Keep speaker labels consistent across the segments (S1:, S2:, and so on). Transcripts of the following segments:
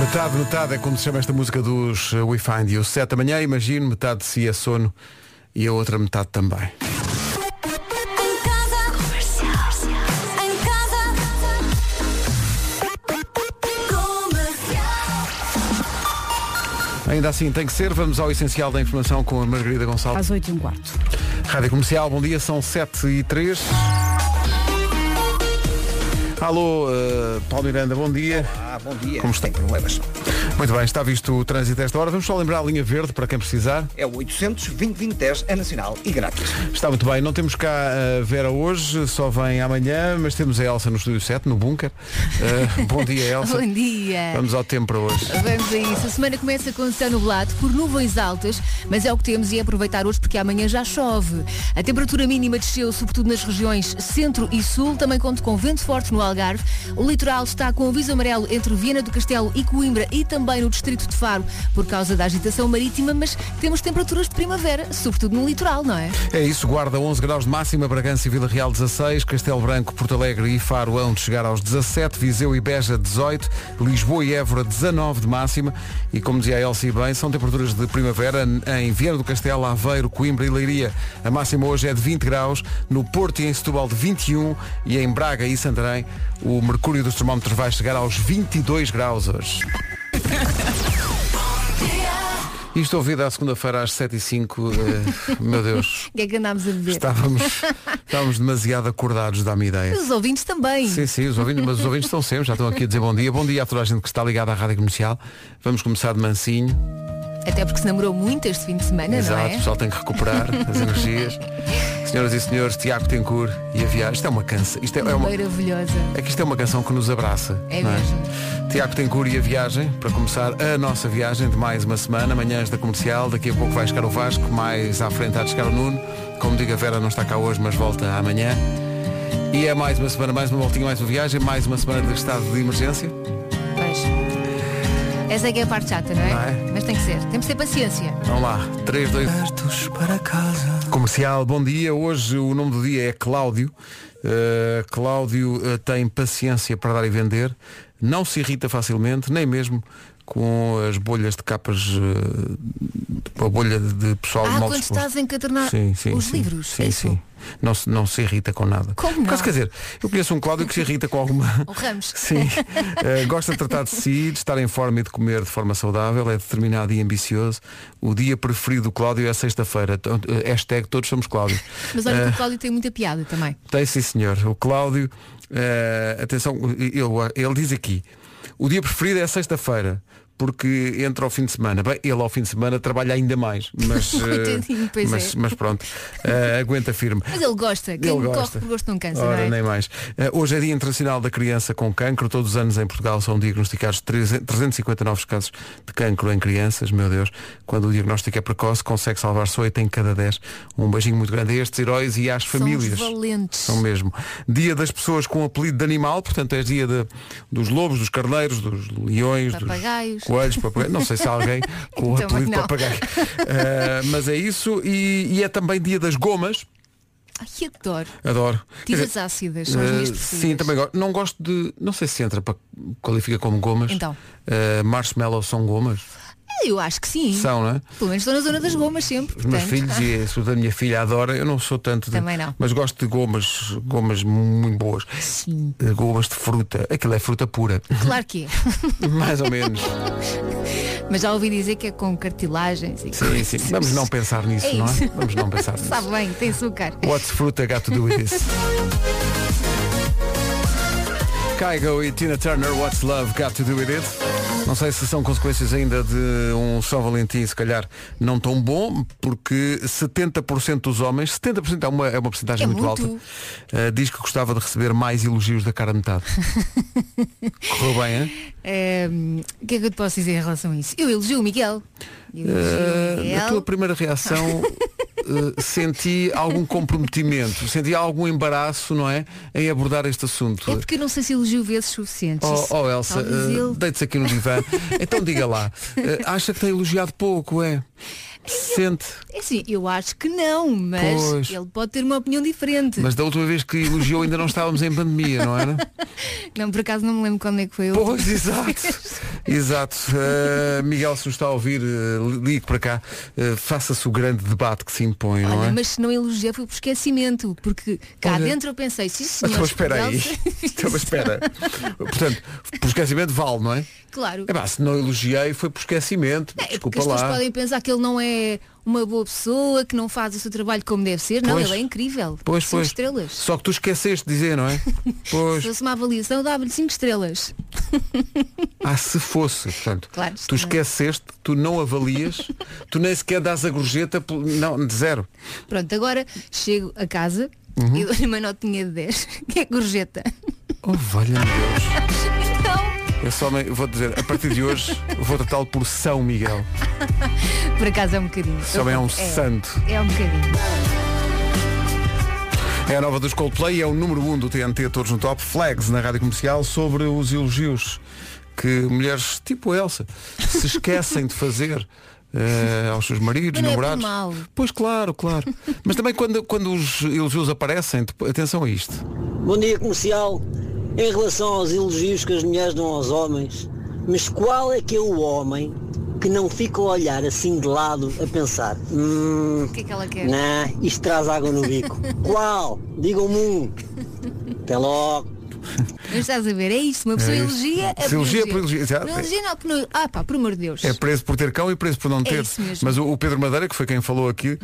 S1: Metade, metade é como se chama esta música dos uh, We Find You. Sete da manhã, imagino, metade de si é sono e a outra metade também.
S2: Em casa, em casa, comercial.
S1: Ainda assim tem que ser, vamos ao essencial da informação com a Margarida Gonçalves.
S3: Às 8 e um quarto.
S1: Rádio Comercial, bom dia, são 7 e 3. Alô, uh, Paulo Miranda, bom dia.
S4: Ah, bom dia.
S1: Como está?
S4: Tem problemas.
S1: Muito bem, está visto o trânsito a esta hora. Vamos só lembrar a linha verde para quem precisar.
S4: É o 800 é nacional e grátis.
S1: Está muito bem, não temos cá a Vera hoje, só vem amanhã, mas temos a Elsa no Estúdio 7, no bunker. Uh, bom dia, Elsa.
S5: Bom dia.
S1: Vamos ao tempo para hoje.
S5: Vamos a isso. A semana começa com o céu nublado por nuvens altas, mas é o que temos e é aproveitar hoje porque amanhã já chove. A temperatura mínima desceu, sobretudo nas regiões centro e sul. Também conto com vento forte no Algarve. O litoral está com um aviso amarelo entre Viena do Castelo e Coimbra e também no distrito de Faro por causa da agitação marítima, mas temos temperaturas de primavera, sobretudo no litoral, não é?
S1: É isso, Guarda 11 graus de máxima, Bragança e Vila Real 16, Castelo Branco, Porto Alegre e Faro hão de chegar aos 17, Viseu e Beja 18, Lisboa e Évora 19 de máxima e como dizia a Elsie bem, são temperaturas de primavera em Viana do Castelo, Aveiro, Coimbra e Leiria. A máxima hoje é de 20 graus, no Porto e em Setúbal de 21 e em Braga e Santarém o mercúrio dos termómetros vai chegar aos 22 graus hoje. Isto ouvido à segunda-feira às 7h05, eh, meu Deus.
S5: O que é que andámos a beber?
S1: Estávamos, estávamos demasiado acordados, dá-me ideia.
S5: Os ouvintes também.
S1: Sim, sim, os ouvintes, mas os ouvintes estão sempre, já estão aqui a dizer bom dia. Bom dia a toda a gente que está ligada à Rádio Comercial. Vamos começar de mansinho.
S5: Até porque se namorou muito este fim de semana,
S1: Exato,
S5: não
S1: o
S5: é?
S1: pessoal tem que recuperar as energias. Senhoras e senhores, Tiago Tencourt e a viagem. Isto é uma canção. Isto é, é uma,
S5: Maravilhosa.
S1: é que isto é uma canção que nos abraça.
S5: É
S1: não
S5: mesmo.
S1: Tiago Tencourt e a viagem, para começar a nossa viagem de mais uma semana, manhãs da comercial, daqui a pouco vai chegar o Vasco, mais à frente há de chegar o Nuno. Como digo, a Vera não está cá hoje, mas volta amanhã. E é mais uma semana, mais uma voltinha, mais uma viagem, mais uma semana de estado de emergência.
S5: Pois. Essa é que é a parte chata, não é?
S1: Não é?
S5: Mas tem que ser. Temos que ter paciência.
S1: Vamos lá, 3, 2,
S6: para casa.
S1: Comercial, bom dia. Hoje o nome do dia é Cláudio. Uh, Cláudio uh, tem paciência para dar e vender, não se irrita facilmente, nem mesmo com as bolhas de capas, uh, com a bolha de- de pessoal
S5: Ah,
S1: mal
S5: quando
S1: disposto.
S5: estás a encadernar
S1: Sim, sim,
S5: os
S1: sim.
S5: livros.
S1: Sim,
S5: é isso?
S1: sim. Não, se, não se irrita com nada.
S5: Como
S1: Por acaso,
S5: não?
S1: quer dizer, eu conheço um Cláudio que se irrita com alguma.
S5: O Ramos.
S1: Sim. Eh, gosta de tratar de si, de estar em forma e de comer de forma saudável, é determinado e ambicioso. O dia preferido do Cláudio é sexta-feira. T- eh, Hashtag todos somos Cláudio.
S5: Mas olha
S1: Eh,
S5: que o Cláudio tem muita piada também.
S1: tem sim senhor. O Cláudio, eh, atenção, ele, ele diz aqui, o dia preferido é sexta-feira, porque entra ao fim de semana. Bem, ele ao fim de semana trabalha ainda mais, mas, eh,
S5: Coitadinho, pois
S1: mas,
S5: é.
S1: mas pronto, eh, aguenta firme.
S5: Mas ele gosta. Quem
S1: Ele gosta.
S5: corre por gosto não cansa,
S1: Ora,
S5: não é?
S1: nem mais. Eh, hoje é Dia Internacional da Criança com Cancro. Todos os anos em Portugal são diagnosticados 300 350 novos casos de cancro em crianças. Meu Deus, quando o diagnóstico é precoce, consegue salvar-se 8 em cada 10. Um beijinho muito grande a estes heróis e às famílias.
S5: São os valentes.
S1: São mesmo. Dia das pessoas com apelido de animal, portanto é dia de- dos lobos, dos carneiros, dos leões,
S5: Papagaios.
S1: dos coelhos, papagaios. Não sei se há alguém com o
S5: Também
S1: apelido de
S5: não.
S1: papagaio. Eh, mas é isso. E, e é também dia das gomas.
S5: Ai, adoro.
S1: Adoro. Quer
S5: Tiras
S1: dizer,
S5: ácidas, são as
S1: eh,
S5: minhas preferidas.
S1: Sim, também gosto. Não gosto de. Não sei se entra para qualifica como gomas.
S5: Então.
S1: Eh, marshmallows são gomas.
S5: Ah, Eu acho que sim.
S1: São, não é?
S5: Pelo menos estou na zona das gomas sempre.
S1: Os meus
S5: portanto.
S1: filhos e a saúde da minha filha adora. Eu não sou tanto de.
S5: Também não.
S1: Mas gosto de gomas, gomas muito boas.
S5: Sim.
S1: Eh, Gomas de fruta. Aquilo é fruta pura.
S5: Claro que é.
S1: Mais ou menos.
S5: Mas já ouvi dizer que é com cartilagens e
S1: Sim, sim. Vamos não pensar nisso,
S5: É
S1: não é?
S5: isso.
S1: Vamos não pensar nisso.
S5: Sabe bem, tem açúcar.
S1: What's fruta got to do with this? Kygo e Tina Turner, What's Love Got to Do With It? Não sei se são consequências ainda de um São Valentim, se calhar, não tão bom, porque 70% dos homens, 70% é uma, é uma porcentagem
S5: É
S1: muito,
S5: muito.
S1: alta, eh, diz que gostava de receber mais elogios da cara a metade. Correu bem, hein?
S5: Eh, O que é que eu te posso dizer em relação a isso? Eu elogio o Miguel. Eu elogio o
S1: Eh,
S5: Miguel.
S1: na tua primeira reação eh, senti algum comprometimento, senti algum embaraço, não é? Em abordar este assunto.
S5: É porque eu não sei se elogio vezes suficientes.
S1: Oh,
S5: Isso-
S1: oh, Elsa,
S5: talvez
S1: eh,
S5: ele-
S1: deite-se aqui no divã. então diga lá, eh, acha que tem elogiado pouco, é? Sente,
S5: É assim, eu acho que não, mas
S1: Pois.
S5: ele pode ter uma opinião diferente.
S1: mas da última vez que elogiou ainda não estávamos em pandemia, não era?
S5: Não, por acaso não me lembro quando é que foi eu.
S1: Pois, exato. Exato. Uh, Miguel, se nos está a ouvir, uh, ligue para cá. Uh, Faça-se o grande debate que se impõe, não
S5: Olha,
S1: é?
S5: mas se não elogiei foi por esquecimento, porque cá
S1: Olha.
S5: dentro eu pensei, sim senhor.
S1: Então espera aí. Então
S5: Elsa-
S1: espera. Portanto, por esquecimento vale, não é?
S5: claro.
S1: É pá, se não elogiei foi por esquecimento.
S5: É, porque
S1: Desculpa
S5: as pessoas
S1: lá.
S5: podem pensar que ele não é uma boa pessoa, que não faz o seu trabalho como deve ser. Não,
S1: Pois.
S5: ele é incrível.
S1: Pois,
S5: cinco
S1: pois.
S5: estrelas.
S1: Só que tu esqueceste de dizer, não é?
S5: Se
S1: Pois.
S5: fosse uma avaliação, dava-lhe cinco estrelas.
S1: Ah, se fosse. Portanto,
S5: Claro,
S1: tu
S5: não é?
S1: esqueceste, tu não avalias, tu nem sequer dás a gorjeta, pelo- não, de zero.
S5: Pronto, agora chego a casa
S1: Uhum.
S5: e dou-lhe uma notinha de 10, que é gorjeta.
S1: Oh, valha-me Deus.
S5: Então,
S1: Esse homem, eu vou dizer, a partir de hoje, eu vou tratá-lo por São Miguel.
S5: por acaso é um bocadinho.
S1: Esse homem é um
S5: é,
S1: santo.
S5: É um bocadinho.
S1: É a nova dos Coldplay, é o número 1 um do TNT, todos no top, Flags, na Rádio Comercial, sobre os elogios que mulheres tipo a Elsa se esquecem de fazer. eh, aos seus maridos,
S5: Mas não é por
S1: namorados.
S5: mal.
S1: Pois claro, claro. Mas também quando, quando os elogios aparecem, depo- atenção a isto.
S3: Bom dia comercial. Em relação aos elogios que as mulheres dão aos homens, mas qual é que é o homem que não fica a olhar assim de lado a pensar? Hum,
S5: O que é que ela quer?
S3: não, isto traz água no bico. qual? Digam-me um. Até logo.
S5: Mas estás a ver, é isso. Uma pessoa
S1: É isso.
S5: elogia
S1: Se elogia, por elogia, exato.
S5: Não elogia não, porque não. Ah pá, por amor de Deus.
S1: É preso por ter cão e preso por não ter.
S5: É isso mesmo.
S1: Mas o, o Pedro Madeira, que foi quem falou aqui,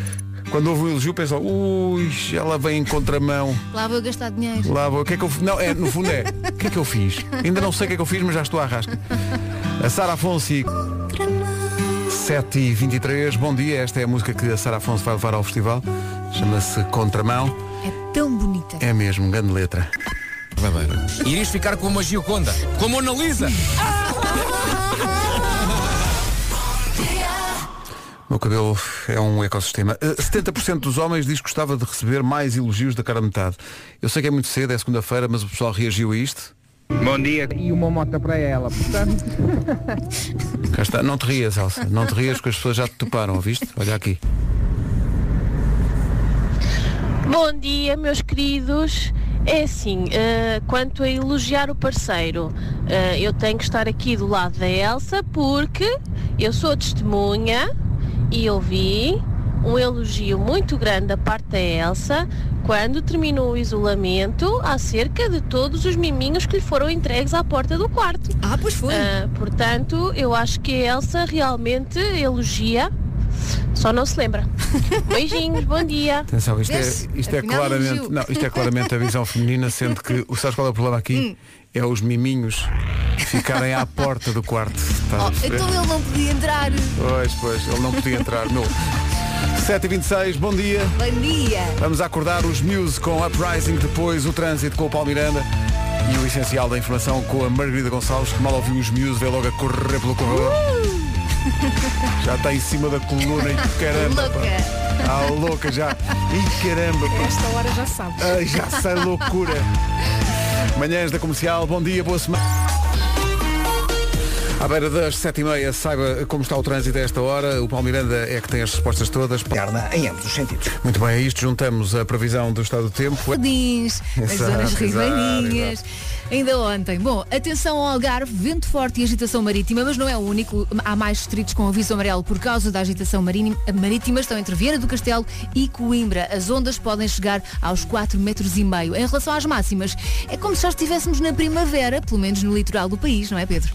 S1: quando houve um elogio, pensou, ui, ela vem em contramão.
S5: Lá vou eu gastar dinheiro.
S1: Lá vou. O que é que eu fi- Não, é, no fundo é. O que é que eu fiz? Ainda não sei o que é que eu fiz, mas já estou à rasca. A Sara Afonso e 7h23, bom dia. Esta é a música que a Sara Afonso vai levar ao festival. Chama-se Contramão.
S5: É tão bonita.
S1: É mesmo, grande letra.
S7: Irias ficar com uma Gioconda, com a Mona Lisa.
S1: O meu cabelo é um ecossistema. Eh, 70% dos homens diz que gostava de receber mais elogios da cara a metade. Eu sei que é muito cedo, é segunda-feira, mas o pessoal reagiu a isto.
S4: Bom dia.
S1: Cá está. Não te rias, Elsa. Não te rias que as pessoas já te toparam, ouviste? Olha aqui.
S8: Bom dia, meus queridos. É assim, eh, quanto a elogiar o parceiro, eh, eu tenho que estar aqui do lado da Elsa porque eu sou testemunha e ouvi um elogio muito grande da parte da Elsa quando terminou o isolamento acerca de todos os miminhos que lhe foram entregues à porta do quarto.
S5: Ah, pois foi.
S8: Ah, portanto, eu acho que a Elsa realmente elogia, só não se lembra. Beijinhos, bom dia.
S1: Atenção, isto é,
S5: Vês?
S1: isto é
S5: Afinal,
S1: claramente,
S5: elogio.
S1: não, isto é claramente a visão feminina, sendo que o sabes qual é o problema
S5: Hum.
S1: aqui? É os miminhos ficarem à porta do quarto. Estás a
S5: Oh,
S1: perceber?
S5: então ele não podia entrar.
S1: Pois, pois, ele não podia entrar. Meu. 7h26, bom dia.
S5: Bom dia.
S1: Vamos acordar os Muse com Uprising, depois o trânsito com o Paulo Miranda e o essencial da informação com a Margarida Gonçalves, que mal ouviu os Muse, veio logo a correr pelo corredor. Já está em cima da coluna e caramba. pá. Ah, louca já. E caramba. pá.
S9: Esta hora já sabes.
S1: Ai, já sei loucura. Manhãs da Comercial, bom dia, boa semana. À beira das sete e meia, saiba como está o trânsito a esta hora. O Palmiranda é que tem as respostas todas.
S4: Perna em ambos os sentidos.
S1: Muito bem, a isto juntamos a previsão do estado do tempo.
S5: Jardins, nas
S1: Exato,
S5: zonas
S1: exato,
S5: ribeirinhas. Ainda ontem. Bom, atenção ao Algarve, vento forte e agitação marítima, mas não é o único. Há mais distritos com aviso amarelo por causa da agitação marítima. marítima. Estão entre Vieira do Castelo e Coimbra. As ondas podem chegar aos 4 metros e meio. Em relação às máximas, é como se já estivéssemos na primavera, pelo menos no litoral do país, não é, Pedro?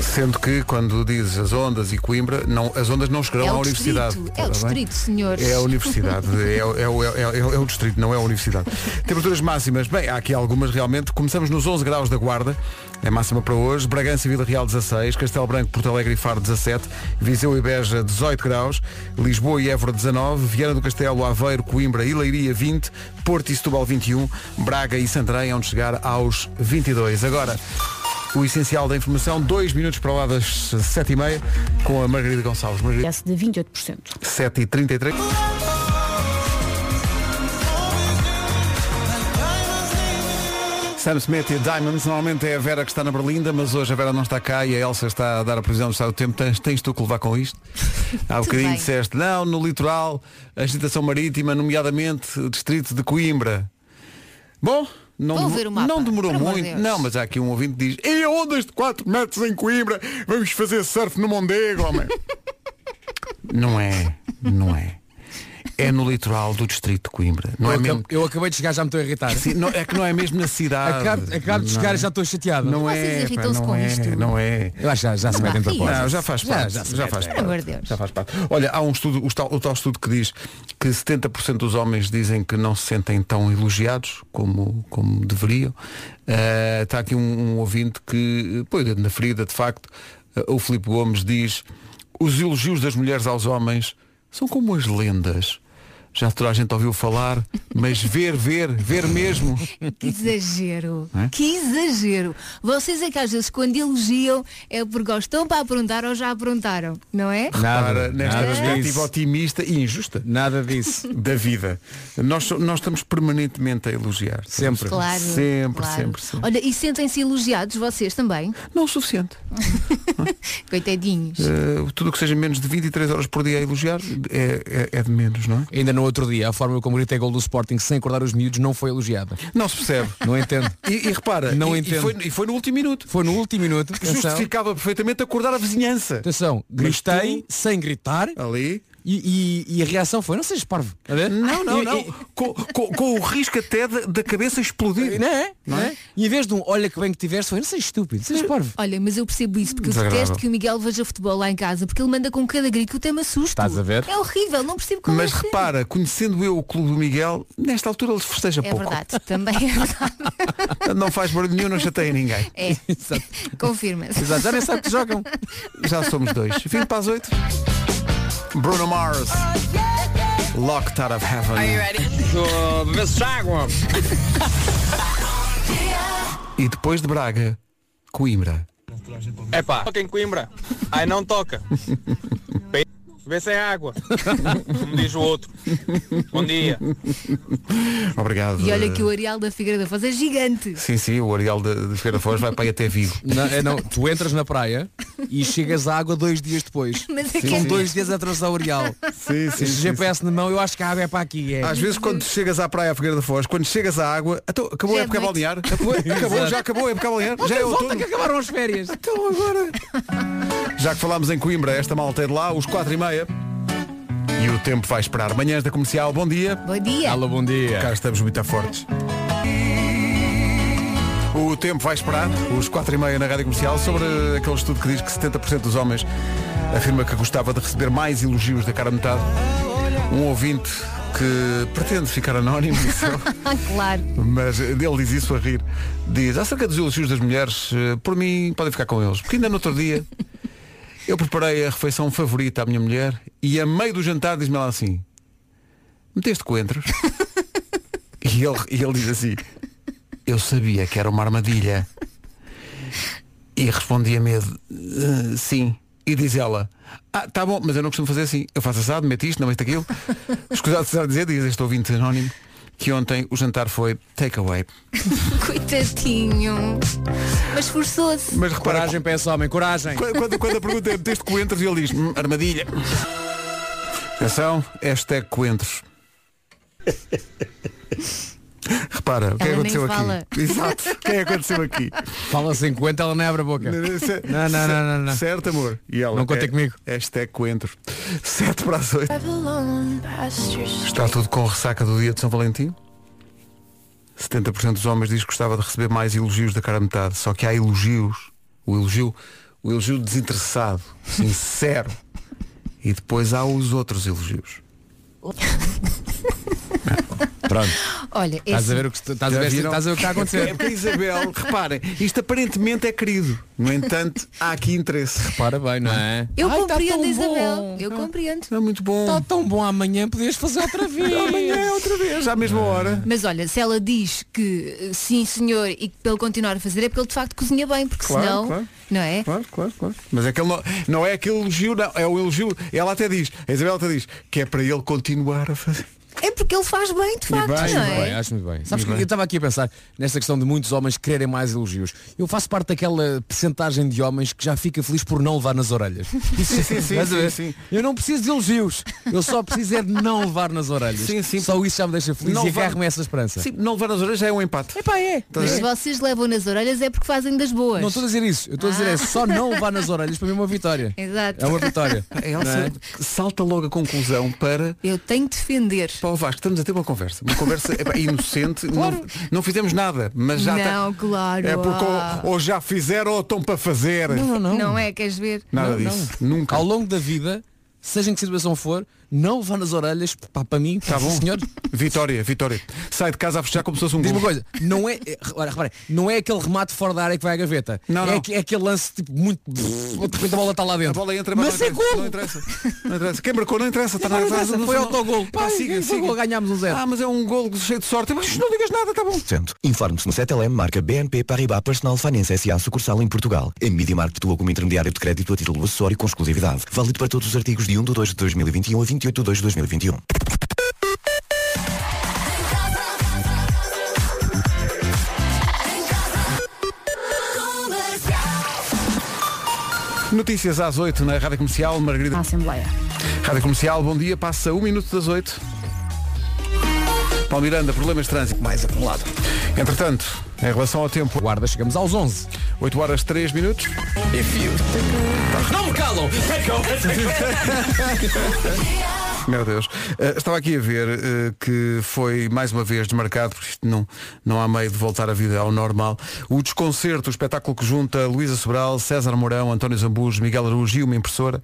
S1: Sendo que quando dizes as ondas e Coimbra, não, as ondas não chegarão
S5: é
S1: à
S5: o
S1: universidade.
S5: distrito, é o
S1: Está bem?
S5: distrito, senhores.
S1: É a universidade, é, o- é o- é o- é o- é o distrito, não é a universidade. Temperaturas máximas, bem, há aqui algumas realmente. Começamos nos 11 graus da Guarda, é máxima para hoje. Bragança e Vila Real 16, Castelo Branco, Porto Alegre e Faro 17, Viseu e Beja 18 graus, Lisboa e Évora 19, Viana do Castelo, Aveiro, Coimbra e Leiria 20, Porto e Setúbal 21, Braga e Santarém onde chegar aos 22. Agora, o essencial da informação, dois minutos para lá das 7h30 com a Margarida Gonçalves. Margarida...
S10: de 28%.
S1: 7 e 33 Sam Smith e Diamonds, normalmente é a Vera que está na Berlinda, mas hoje a Vera não está cá e a Elsa está a dar a previsão do estado do tempo. Tens, tens tu que levar com isto? Há um bocadinho
S5: bem.
S1: disseste, não, no litoral, a agitação marítima, nomeadamente o distrito de Coimbra. Bom, Não,
S5: Vou
S1: demo-
S5: ver o mapa,
S1: não demorou
S5: por amor de
S1: muito.
S5: Deus.
S1: Não, mas há aqui um ouvinte que diz, e a ondas de 4 metros em Coimbra, vamos fazer surf no Mondego, homem. não é, não é. É no litoral do distrito de Coimbra. Não
S7: eu,
S1: é
S7: acab-
S1: mesmo.
S7: eu acabei de chegar, já me estou a irritar.
S1: Sim, não- é que não é mesmo na cidade.
S7: Acabo, acabo de chegar e
S1: Não.
S7: já estou chateado.
S1: Não
S5: Vocês
S1: é, pá,
S5: irritam-se
S1: não
S5: com
S1: é,
S5: isto.
S1: não é.
S7: Eu acho que já, já se
S5: Não
S7: metem
S5: vá,
S7: de propósito.
S5: riam-se.
S1: Não, já faz
S7: Já,
S1: parte. Já,
S7: já se mete,
S1: faz
S7: é.
S1: parte.
S5: Pelo amor de Deus.
S1: Já faz parte. Olha, há um estudo, o tal, o tal estudo que diz que 70% dos homens dizem que não se sentem tão elogiados como, como deveriam. Eh, Está aqui um, um ouvinte que eh, põe o dedo na ferida, de facto. Eh, o Filipe Gomes diz os elogios das mulheres aos homens são como as lendas. Já toda a gente ouviu falar, mas ver, ver, ver mesmo.
S5: Que exagero, que exagero. Vocês é que às vezes quando elogiam é porque gostam para aprontar ou já aprontaram, não é?
S1: Para,
S7: Nada,
S1: nesta
S7: nada
S1: perspectiva
S7: disso.
S1: otimista e injusta.
S7: Nada disso.
S1: da vida. Nós, so- nós estamos permanentemente a elogiar.
S7: Sempre.
S5: Claro.
S1: Sempre,
S5: claro.
S1: sempre, sempre.
S5: Olha, e sentem-se elogiados vocês também?
S1: Não o suficiente.
S5: Coitadinhos.
S1: Eh, tudo o que seja menos de 23 horas por dia a elogiar é, é, é de menos, não é?
S7: Ainda no outro dia, a forma como gritei gol do Sporting sem acordar os miúdos não foi elogiada.
S1: Não se percebe.
S7: Não entendo.
S1: E, e repara,
S7: Não
S1: e, e
S7: entendo.
S1: foi, e foi no último minuto.
S7: Foi no último minuto. Atenção,
S1: Justificava perfeitamente acordar a vizinhança.
S7: atenção
S1: Mas Ah.
S7: gritei sem gritar
S1: Ali.
S7: e, e- e a reação foi, não sejas parvo. Tá a ver?
S1: Não, não,
S7: E-
S1: não.
S7: e-
S1: Com, com- com o risco até da da cabeça explodir.
S7: Não é? Não é? E em vez de um olha que bem que tiveste, foi, não sejas estúpido, sejas parvo.
S5: Olha, mas eu percebo isso, porque eu
S1: Desagradável.
S5: detesto que o Miguel veja futebol lá em casa, porque ele manda com cada grito que eu até me assusto.
S7: Estás a ver?
S5: É horrível, não percebo como
S1: Mas
S5: é que-
S1: repara, conhecendo eu o clube do Miguel, nesta altura ele se
S7: um
S1: festeja
S5: É
S1: pouco.
S5: verdade, também é verdade.
S1: Não faz barulho nenhum, não chateia ninguém.
S5: É. Confirma-se.
S7: Exato, já nem sabe que jogam.
S1: Já somos dois. 20 para as 8. Bruno Mars. Locked out of heaven. E depois de Braga, Coimbra.
S9: É pá, toca em Coimbra. Aí não toca. Pe- Vê sem água. Como diz o outro. Bom dia.
S1: Obrigado.
S5: E olha que o areal da Figueira da Foz é gigante.
S1: Sim, sim, o Ariel de, de Figueira da Foz vai para aí até Vigo.
S7: Não, é não, tu entras na praia e chegas à água dois dias depois.
S5: Mas é que
S7: Com
S5: é-
S7: dois dias atrás ao Orial.
S1: Sim,
S7: Esse GPS na mão, eu acho que a água é para aqui. É.
S1: Às vezes quando chegas à praia à Figueira da Foz, quando chegas à água, então, acabou a
S5: Já é
S1: época
S5: noite.
S1: balnear. Acabou, acabou, já acabou a época balnear. Já é
S7: Volta
S1: outono.
S7: que acabaram as férias.
S1: Então agora. Já que falámos em Coimbra, esta malta é de lá, os 4 e meia. E o tempo vai esperar. Manhãs da comercial, bom dia.
S5: Bom dia.
S7: bom dia.
S1: Cá estamos muito a fortes. O tempo vai esperar, os 4 e meia na Rádio Comercial, sobre aquele estudo que diz que 70% dos homens afirma que gostava de receber mais elogios da cara a metade. Um ouvinte que pretende ficar anónimo, disse eu.
S5: Ah, claro.
S1: Mas eh, ele diz isso a rir. Diz, acerca dos elogios das mulheres, eh, por mim podem ficar com eles. Porque ainda no outro dia eu preparei a refeição favorita à minha mulher e a meio do jantar diz-me ela assim, meteste coentros? e, ele, e ele diz assim, eu sabia que era uma armadilha. E respondia medo, "Eh, sim. E diz ela, ah, tá bom, mas eu não costumo fazer assim. Eu faço assado, meto isto, não meto aquilo. Escusado de estar a dizer, diz este ouvinte anónimo, que ontem o jantar foi takeaway.
S5: Coitadinho. Mas esforçou-se.
S1: Mas repara,
S7: Coragem para esse homem, coragem.
S1: qu- quando, quando a pergunta é meteste coentros, ele diz, "Hum, armadilha. Atenção, é hashtag coentros. Repara, o que é que
S5: Ela nem
S1: aconteceu
S5: fala.
S1: aqui? Exato, o que é que aconteceu aqui?
S7: Fala 50, ela não abre a boca.
S1: Se-
S7: Não, não,
S1: se-
S7: não, não, não.
S1: é Certo, amor. E ela,
S7: Não conta
S1: é-
S7: comigo.
S1: Hashtag coentros. 7 para as 8. Está tudo com ressaca do dia de São Valentim? 70% dos homens diz que gostava de receber mais elogios da cara a metade. Só que há elogios. O elogio, o elogio desinteressado, sincero. e depois há os outros elogios.
S7: Pronto.
S5: Olha, é
S7: Estás a
S5: assim.
S7: ver o que se- estás a ver
S1: Já
S7: se-
S1: viram?
S7: estás a ver o que está a
S1: É
S7: acontecer.
S1: porque Isabel, reparem, isto aparentemente é querido. No entanto, há aqui interesse.
S7: Repara bem, não é?
S5: Eu
S7: Ai, tá
S5: compreendo,
S7: tão
S5: Isabel.
S7: bom.
S5: Eu compreendo.
S1: É muito bom.
S7: Está Tá tão bom amanhã, podias fazer outra vez.
S1: Amanhã, outra vez, à
S7: Ah.
S1: mesma hora.
S5: Mas olha, se ela diz que eh, sim senhor e que pelo continuar a fazer é porque ele de facto cozinha bem, porque
S1: Claro,
S5: senão,
S1: claro.
S5: não é?
S1: Claro, claro, claro. Mas é que ele não, não é aquele elogio, não. É o elogio. Ela até diz, a Isabel até diz, que é para ele continuar a fazer.
S5: É porque ele faz bem, de facto,
S1: bem,
S5: não
S1: e
S5: é?
S7: Bem, acho muito bem. Sabes que eu estava aqui a pensar nessa questão de muitos homens quererem mais elogios. Eu faço parte daquela percentagem de homens que já fica feliz por não levar nas orelhas.
S1: Sim, sim, sim,
S7: Estás a ver?
S1: sim, sim.
S7: Eu não preciso de elogios. Eu só preciso é de não levar nas orelhas.
S1: Sim, sim.
S7: Só isso já me deixa feliz
S1: Não
S7: e
S1: levar-
S7: agarro-me a essa esperança.
S1: Sim, não levar nas orelhas já é um empate. Epá, é.
S5: Mas se vocês levam nas orelhas é porque fazem das boas.
S7: Não estou a dizer isso. Eu estou a dizer é só não levar nas orelhas para mim é uma vitória.
S5: Ah. Exato.
S7: É uma vitória. é?
S1: A Elsa é, salta logo a conclusão para
S5: Eu tenho que defender.
S1: Pá, ó Vasco, estamos a ter uma conversa. Uma conversa epá, inocente. não, não fizemos nada, mas já está-
S5: Não, claro,
S1: É porque
S5: ah.
S1: ou, ou já fizeram ou estão para fazer.
S7: Não, não.
S5: é? Queres ver?
S1: Nada
S7: Não,
S1: disso. Ah, Nunca.
S7: Ao longo da vida, seja em que situação for, não levar nas orelhas, pá, para mim,
S1: Tá bom?
S7: senhor,
S1: Vitória, Vitória. Sai de casa a fechar como se fosse um
S7: Diz
S1: gol.
S7: uma coisa, não é, é, repara, repara, não é aquele remate fora da área que vai à gaveta.
S1: Não,
S7: é,
S1: não.
S7: que- é aquele lance tipo muito. De repente a bola está lá
S1: A
S7: dentro.
S1: bola entra, mas,
S7: mas
S1: não,
S7: é
S1: interessa,
S7: gol!
S1: não interessa. Não interessa. Quem marcou não interessa. Está
S7: Não
S1: na
S7: interessa,
S1: no
S7: foi
S1: final.
S7: autogol.
S1: Pá,
S7: Pá,
S1: siga,
S7: foi
S1: siga.
S7: gol, ganhámos um zero.
S1: Ah, mas é um gol cheio de sorte. Mas não digas nada, tá bom.
S10: Informe-se no Cetelem, marca BNP Paribas Personal Finance S.A. sucursal em Portugal. A Media Market atua como intermediário de crédito a título acessório com exclusividade. Válido para todos os artigos de 1 de 2 de 2021 a 28 de 2 de 2021.
S1: Notícias às 8 na Rádio Comercial. Margarida.
S5: Assembleia.
S1: Rádio Comercial, bom dia. Passa um minuto das 8. Paulo Miranda, problemas de trânsito.
S4: Mais acumulado.
S1: Entretanto, em relação ao tempo,
S7: Guarda, chegamos aos 11.
S1: 8 horas 3 minutos.
S7: Não me calam!
S1: Meu Deus. Eh, estava aqui a ver eh, que foi mais uma vez desmarcado, porque isto não, não há meio de voltar a vida ao normal. O desconcerto, o espetáculo que junta Luísa Sobral, César Mourão, António Zambujo, Miguel Araújo e uma impressora,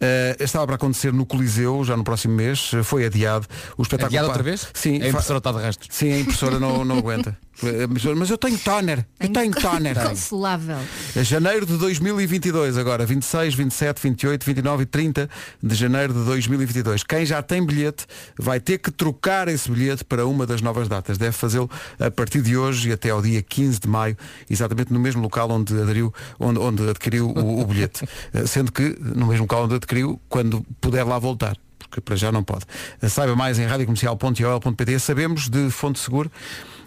S1: eh, estava para acontecer no Coliseu, já no próximo mês, eh, foi adiado. O espetáculo
S7: Adiado
S1: pa-
S7: É outra vez?
S1: Sim,
S7: A
S1: fa-
S7: impressora está de rastros.
S1: Sim, a impressora não, não aguenta. Eh, mas- Mas eu tenho toner, eu tenho toner.
S5: Consolável.
S1: É Janeiro de 2022 agora, 26, 27, 28, 29 e 30 de janeiro de 2022. Quem já tem bilhete vai ter que trocar esse bilhete para uma das novas datas. Deve fazê-lo a partir de hoje e até ao dia 15 de maio, exatamente no mesmo local onde aderiu, onde, onde adquiriu o, o bilhete. Eh, Sendo que no mesmo local onde adquiriu, quando puder lá voltar. Porque para já não pode. Eh, Saiba mais em radiocomercial.ol.pt. Sabemos de fonte segura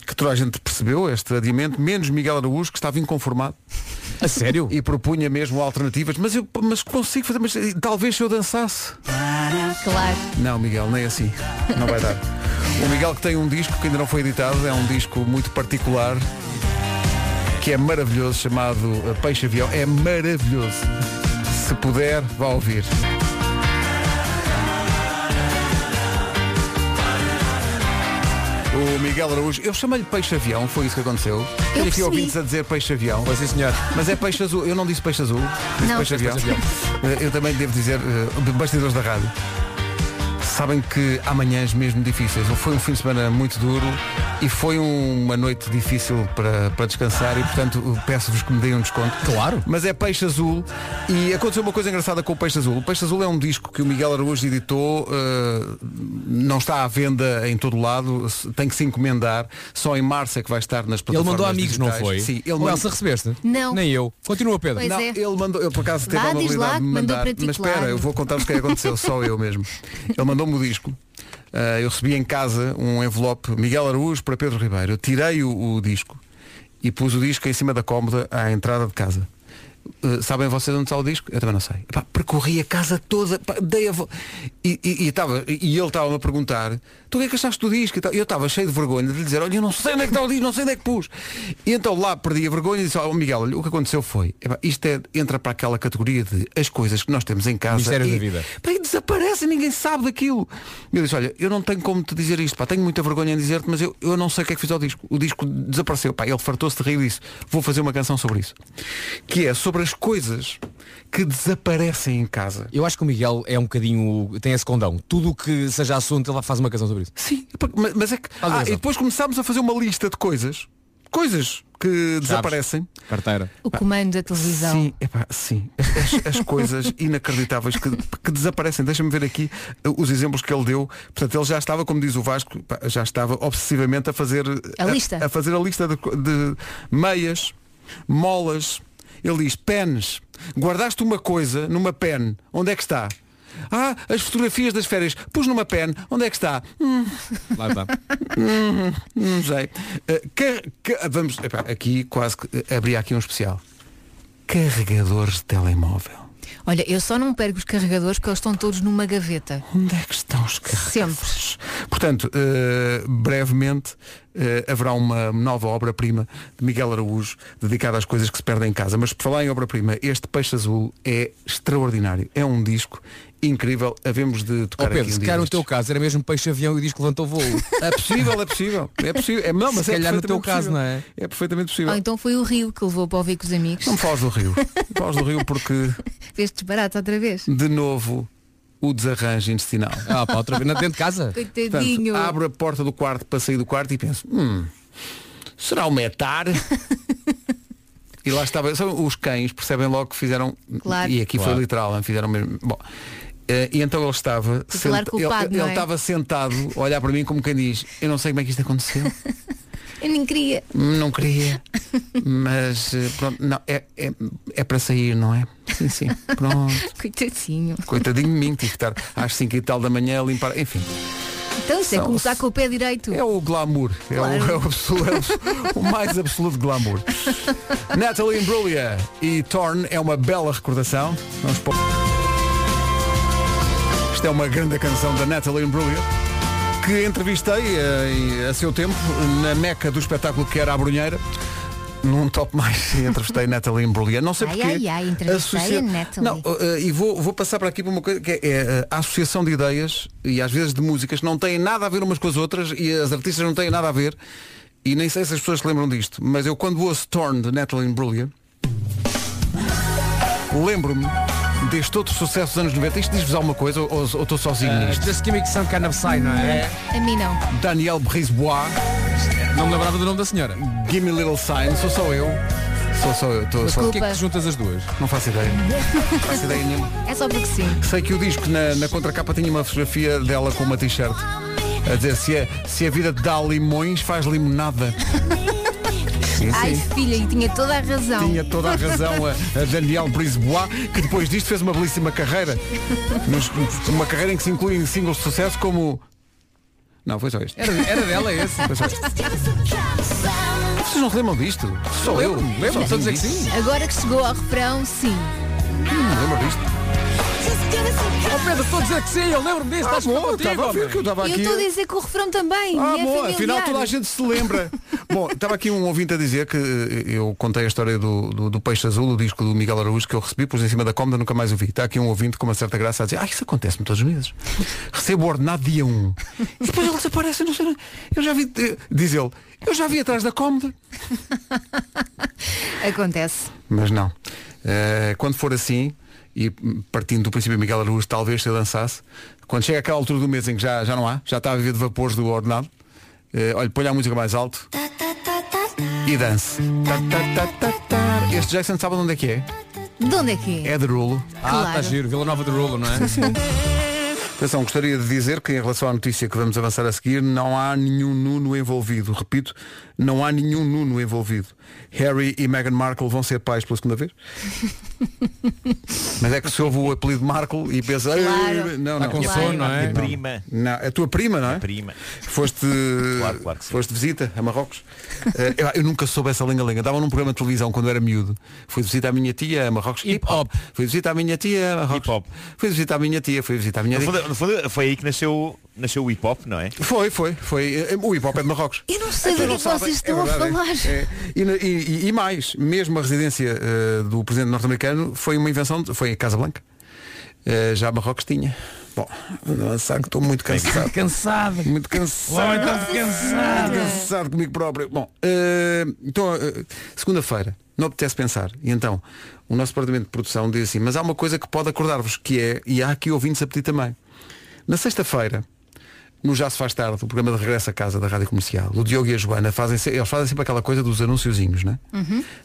S1: que toda a gente percebeu este adiamento, menos Miguel Araújo, que estava inconformado
S7: A sério?
S1: e propunha mesmo alternativas, mas eu mas consigo fazer, mas eh, talvez se eu dançasse.
S5: Claro.
S1: Não, Miguel, nem assim. Não vai dar. O Miguel que tem um disco que ainda não foi editado, é um disco muito particular, que é maravilhoso, chamado eh, Peixe Avião. É maravilhoso. Se puder, vá ouvir. O Miguel Araújo, eu chamei-lhe Peixe Avião, foi isso que aconteceu. Tenho aqui
S5: percebi.
S1: ouvintes a dizer Peixe Avião.
S7: Pois sim, senhor.
S1: Mas é peixe azul, eu não disse peixe azul, disse
S5: Não.
S1: peixe avião. Eh, Eu também devo dizer, eh, de bastidores da rádio. Sabem que amanhãs mesmo difíceis. Foi um fim de semana muito duro e foi um- uma noite difícil para, para descansar e portanto peço-vos que me deem um desconto.
S7: Claro.
S1: Mas é Peixe Azul e aconteceu uma coisa engraçada com o Peixe Azul. O Peixe Azul é um disco que o Miguel Araújo editou, eh, não está à venda em todo lado, se- tem que se encomendar, só em março é que vai estar nas
S7: Ele
S1: plataformas
S7: mandou amigos, não
S1: digitais.
S7: foi?
S1: Sim, ele
S7: Ou
S1: mandou-
S7: Elsa, recebeste?
S5: Não.
S7: Nem eu. Continua, Pedro.
S5: Pois
S1: não,
S5: é.
S1: ele mandou, ele por acaso teve
S5: Vá,
S1: a
S5: diz
S1: amabilidade
S5: lá
S1: de
S5: que
S1: me
S5: mandou
S1: mandar.
S5: para ti,
S1: mas
S5: claro.
S1: espera, eu vou contar-vos o que é que aconteceu, só eu mesmo. Ele mandou-me o disco. Ah, eu recebi em casa um envelope Miguel Araújo para Pedro Ribeiro. Eu tirei o, o disco e pus o disco em cima da cómoda à entrada de casa. Ah, sabem vocês onde está o disco? Eu também não sei. Epá, percorri a casa toda, pá, dei a vo... e, e, e, tava- e ele estava-me a perguntar, tu o que é que achaste do disco? E tal. Eu estava cheio de vergonha de lhe dizer, olha, eu não sei onde é que está o disco, não sei onde é que pus. E então lá perdi a vergonha e disse, oh, Miguel, olha, o que aconteceu foi, epá, isto é- entra para aquela categoria de as coisas que nós temos em casa.
S7: Mistérios
S1: e-
S7: da vida.
S1: Pá, e desaparece, ninguém sabe daquilo. E eu disse, olha, eu não tenho como te dizer isto, pá, tenho muita vergonha em dizer-te, mas eu, eu não sei o que é que fiz ao disco. O disco desapareceu, pá, ele fartou-se de rir e disse, vou fazer uma canção sobre isso. Que é sobre as coisas que desaparecem em casa.
S7: Eu acho que o Miguel é um bocadinho. tem esse condão. Tudo o que seja assunto, ele faz uma canção sobre isso.
S1: Sim, pá, mas, mas é que.
S7: Faz
S1: Ah,
S7: razão.
S1: e depois começámos a fazer uma lista de coisas. Coisas que desaparecem.
S7: Carteira.
S5: O comando da televisão.
S1: Sim, epá, sim. As, as coisas inacreditáveis que, que desaparecem. Deixa-me ver aqui uh, os exemplos que ele deu. Portanto, ele já estava, como diz o Vasco, pá, já estava obsessivamente a fazer uh,
S5: A lista.
S1: A, fazer a lista de, co- de meias, molas. Ele diz, pens. Guardaste uma coisa numa pen. Onde é que está? Ah, as fotografias das férias. Pus numa pen. Onde é que está? Hum.
S7: Lá está.
S1: Hum, não sei. Eh, car- ca- vamos, epá, aqui quase que eh, abri aqui um especial. Carregadores de telemóvel.
S5: Olha, eu só não perco os carregadores porque eles estão todos numa gaveta.
S1: Onde é que estão os
S5: Sempre.
S1: Portanto, eh, brevemente eh, haverá uma nova obra-prima de Miguel Araújo dedicada às coisas que se perdem em casa. Mas por falar em obra-prima, este Peixe Azul é extraordinário. É um disco incrível. Havemos de
S7: Ó
S1: tocar
S7: Oh, Pedro,
S1: aqui um
S7: se
S1: dia
S7: calhar no
S1: destes.
S7: teu caso era mesmo peixe-avião e diz que levantou voo.
S1: É possível, é possível. É possível. É, não, mas
S7: se
S1: é
S7: calhar no
S1: perfeitamente
S7: teu caso,
S1: possível.
S7: não é?
S1: É perfeitamente possível.
S5: Ou então foi o Rio que levou para ouvir com os amigos.
S1: Não me fales do Rio. Não fales do Rio porque,
S5: Fez disparate outra vez.
S1: de novo, o desarranjo intestinal.
S7: Ah, pá, outra vez. Na- Dentro de casa?
S5: Coitadinho.
S1: Portanto, abro a porta do quarto para sair do quarto e penso, hum, será o metar? e lá estava. Sabe, os cães percebem logo que fizeram.
S5: Claro.
S1: E aqui
S7: Claro.
S1: foi literal, hein, fizeram mesmo. Bom. eh, E então ele estava
S5: Tutelar culpado,
S1: ele,
S5: não
S1: ele
S5: é?
S1: estava sentado a olhar para mim como quem diz, eu não sei como é que isto aconteceu,
S5: Eu nem queria.
S1: não queria, mas eh, pronto, não, é, é, é para sair, não é? Sim, sim, pronto.
S5: Coitadinho.
S1: Coitadinho de mim, tive que estar às 5 e tal da manhã a limpar. Enfim,
S5: Então isso é
S1: São-
S5: começar com o pé direito.
S1: é o glamour. É, o, é o absolu- é o abs- o mais absoluto glamour. Natalie Imbruglia e Torn é uma bela recordação. Vamos pôr. Isto é uma grande canção da Natalie Imbruglia. Que entrevistei eh, a seu tempo na meca do espetáculo que era a Brunheira. Num top mais entrevistei Natalie Imbruglia. Não sei
S5: Ai,
S1: porquê.
S5: ai, ai, entrevistei
S1: Associa-
S5: a Natalie.
S1: Não, eh, e vou, vou passar para aqui para uma coisa que é, eh, a associação de ideias e às vezes de músicas que não têm nada a ver umas com as outras e as artistas não têm nada a ver e nem sei se as pessoas se lembram disto, mas eu quando ouço Torn de Natalie Imbruglia lembro-me deste outro sucesso dos anos 90. Isto diz-vos alguma coisa ou, ou- ou estou sozinho
S7: Ah,
S1: nisto?
S7: Just Gimmick Some Kind of Sign, não é?
S5: A mim não.
S1: Daniel Brisbois,
S7: Não me lembrava do nome da senhora.
S1: Gimme Little Sign, sou só eu. Sou só eu, estou só...
S7: Porquê é que te juntas as duas?
S1: Não faço ideia. Não faço ideia nenhuma.
S5: É só porque sim.
S1: Sei que o disco na, na contracapa tinha uma fotografia dela com uma t-shirt. A dizer, se a, se a vida te dá limões, faz limonada. Sim,
S5: Ai
S1: sim.
S5: filha, e tinha toda a razão.
S1: Tinha toda a razão a, a Daniel Brisbois, que depois disto fez uma belíssima carreira. Nos- uma carreira em que se incluem singles de sucesso como. Não, foi só este.
S7: Era, era dela é esse.
S1: Foi só este. Vocês não se lembram disto? Sou eu.
S7: Lembra? Estou a dizer que sim.
S5: Agora que chegou ao refrão, sim.
S1: Não lembro disto.
S7: Pedro, estou a dizer que sim, eu lembro-me disso,
S1: Ah,
S7: estás
S1: bom,
S7: contigo,
S1: estava a ouvir
S7: homem.
S1: que eu estava
S5: Eu
S1: aqui.
S5: estou a dizer que o refrão também.
S1: Ah,
S5: e é
S1: boa,
S5: familiar.
S1: afinal toda a gente se lembra. Bom, estava aqui um ouvinte a dizer que eh, eu contei a história do, do, do Peixe Azul, o disco do Miguel Araújo que eu recebi, pus em cima da cómoda, nunca mais o vi. Está aqui um ouvinte com uma certa graça a dizer, ah, isso acontece-me todos os meses. Recebo o ordenado dia 1. E depois ele desaparece, não sei. Eu já vi, eh, diz ele, eu já vi atrás da cómoda.
S5: Acontece.
S1: Mas não. Eh, quando for assim, e hum, partindo do princípio Miguel Araújo, talvez se eu dançasse, quando chega aquela altura do mês em que já, já não há, já está a viver de vapores do ordenado, eh, olha, põe a música mais alto e dance. Tá, tá, tá, tá, tá. Este Jason sabe onde é que é?
S5: De onde é que é?
S1: É de rolo.
S7: Ah, está
S5: Claro.
S7: giro, Vila Nova de Rolo, não é?
S1: Atenção, gostaria de dizer que em relação à notícia que vamos avançar a seguir, não há nenhum Nuno envolvido. Repito, não há nenhum Nuno envolvido. Harry e Meghan Markle vão ser pais pela segunda vez? Mas é que se ouve o apelido Markle e pensa...
S5: Claro.
S1: Não,
S7: Está
S1: não.
S7: com sono, não é?
S4: Prima.
S1: Não, é a tua prima, não é?
S4: Prima.
S1: Foste,
S4: Claro, claro que sim.
S1: foste de visita a Marrocos. Eh, eu- eu nunca soube essa lenga-lenga. Dava num programa de televisão quando era miúdo. Fui de visita à minha tia a Marrocos.
S4: Hip hop.
S1: Fui de visita à minha tia a Marrocos.
S4: Hip hop.
S1: Fui de visita à minha tia, fui de visita à minha
S4: No
S1: tia.
S4: fundo, no fundo, foi aí que nasceu, nasceu o hip hop, não é?
S1: Foi, foi, foi. Eh, O hip hop é de Marrocos.
S5: Eu não
S1: Então
S5: sei do que é
S1: não
S5: que
S1: sabem,
S5: vocês
S1: é
S5: estão a
S1: verdade,
S5: falar.
S1: é. É. E, na- e- e- e mais, mesmo a residência eh, do presidente norte-americano foi uma invenção, de- foi a Casa Blanca. Eh, já Marrocos tinha. Bom, sabe que estou muito cansado.
S7: Cansado.
S1: Muito cansado. Muito cansado comigo próprio. Bom, eh, então, eh, segunda-feira, não apetece pensar. E então, o nosso departamento de produção diz assim, mas há uma coisa que pode acordar-vos, que é, e há aqui ouvintes a pedir também. Na sexta-feira, no Já se faz tarde, o programa de regresso a casa da Rádio Comercial, o Diogo e a Joana fazem, se- eles fazem sempre aquela coisa dos anunciozinhos, né?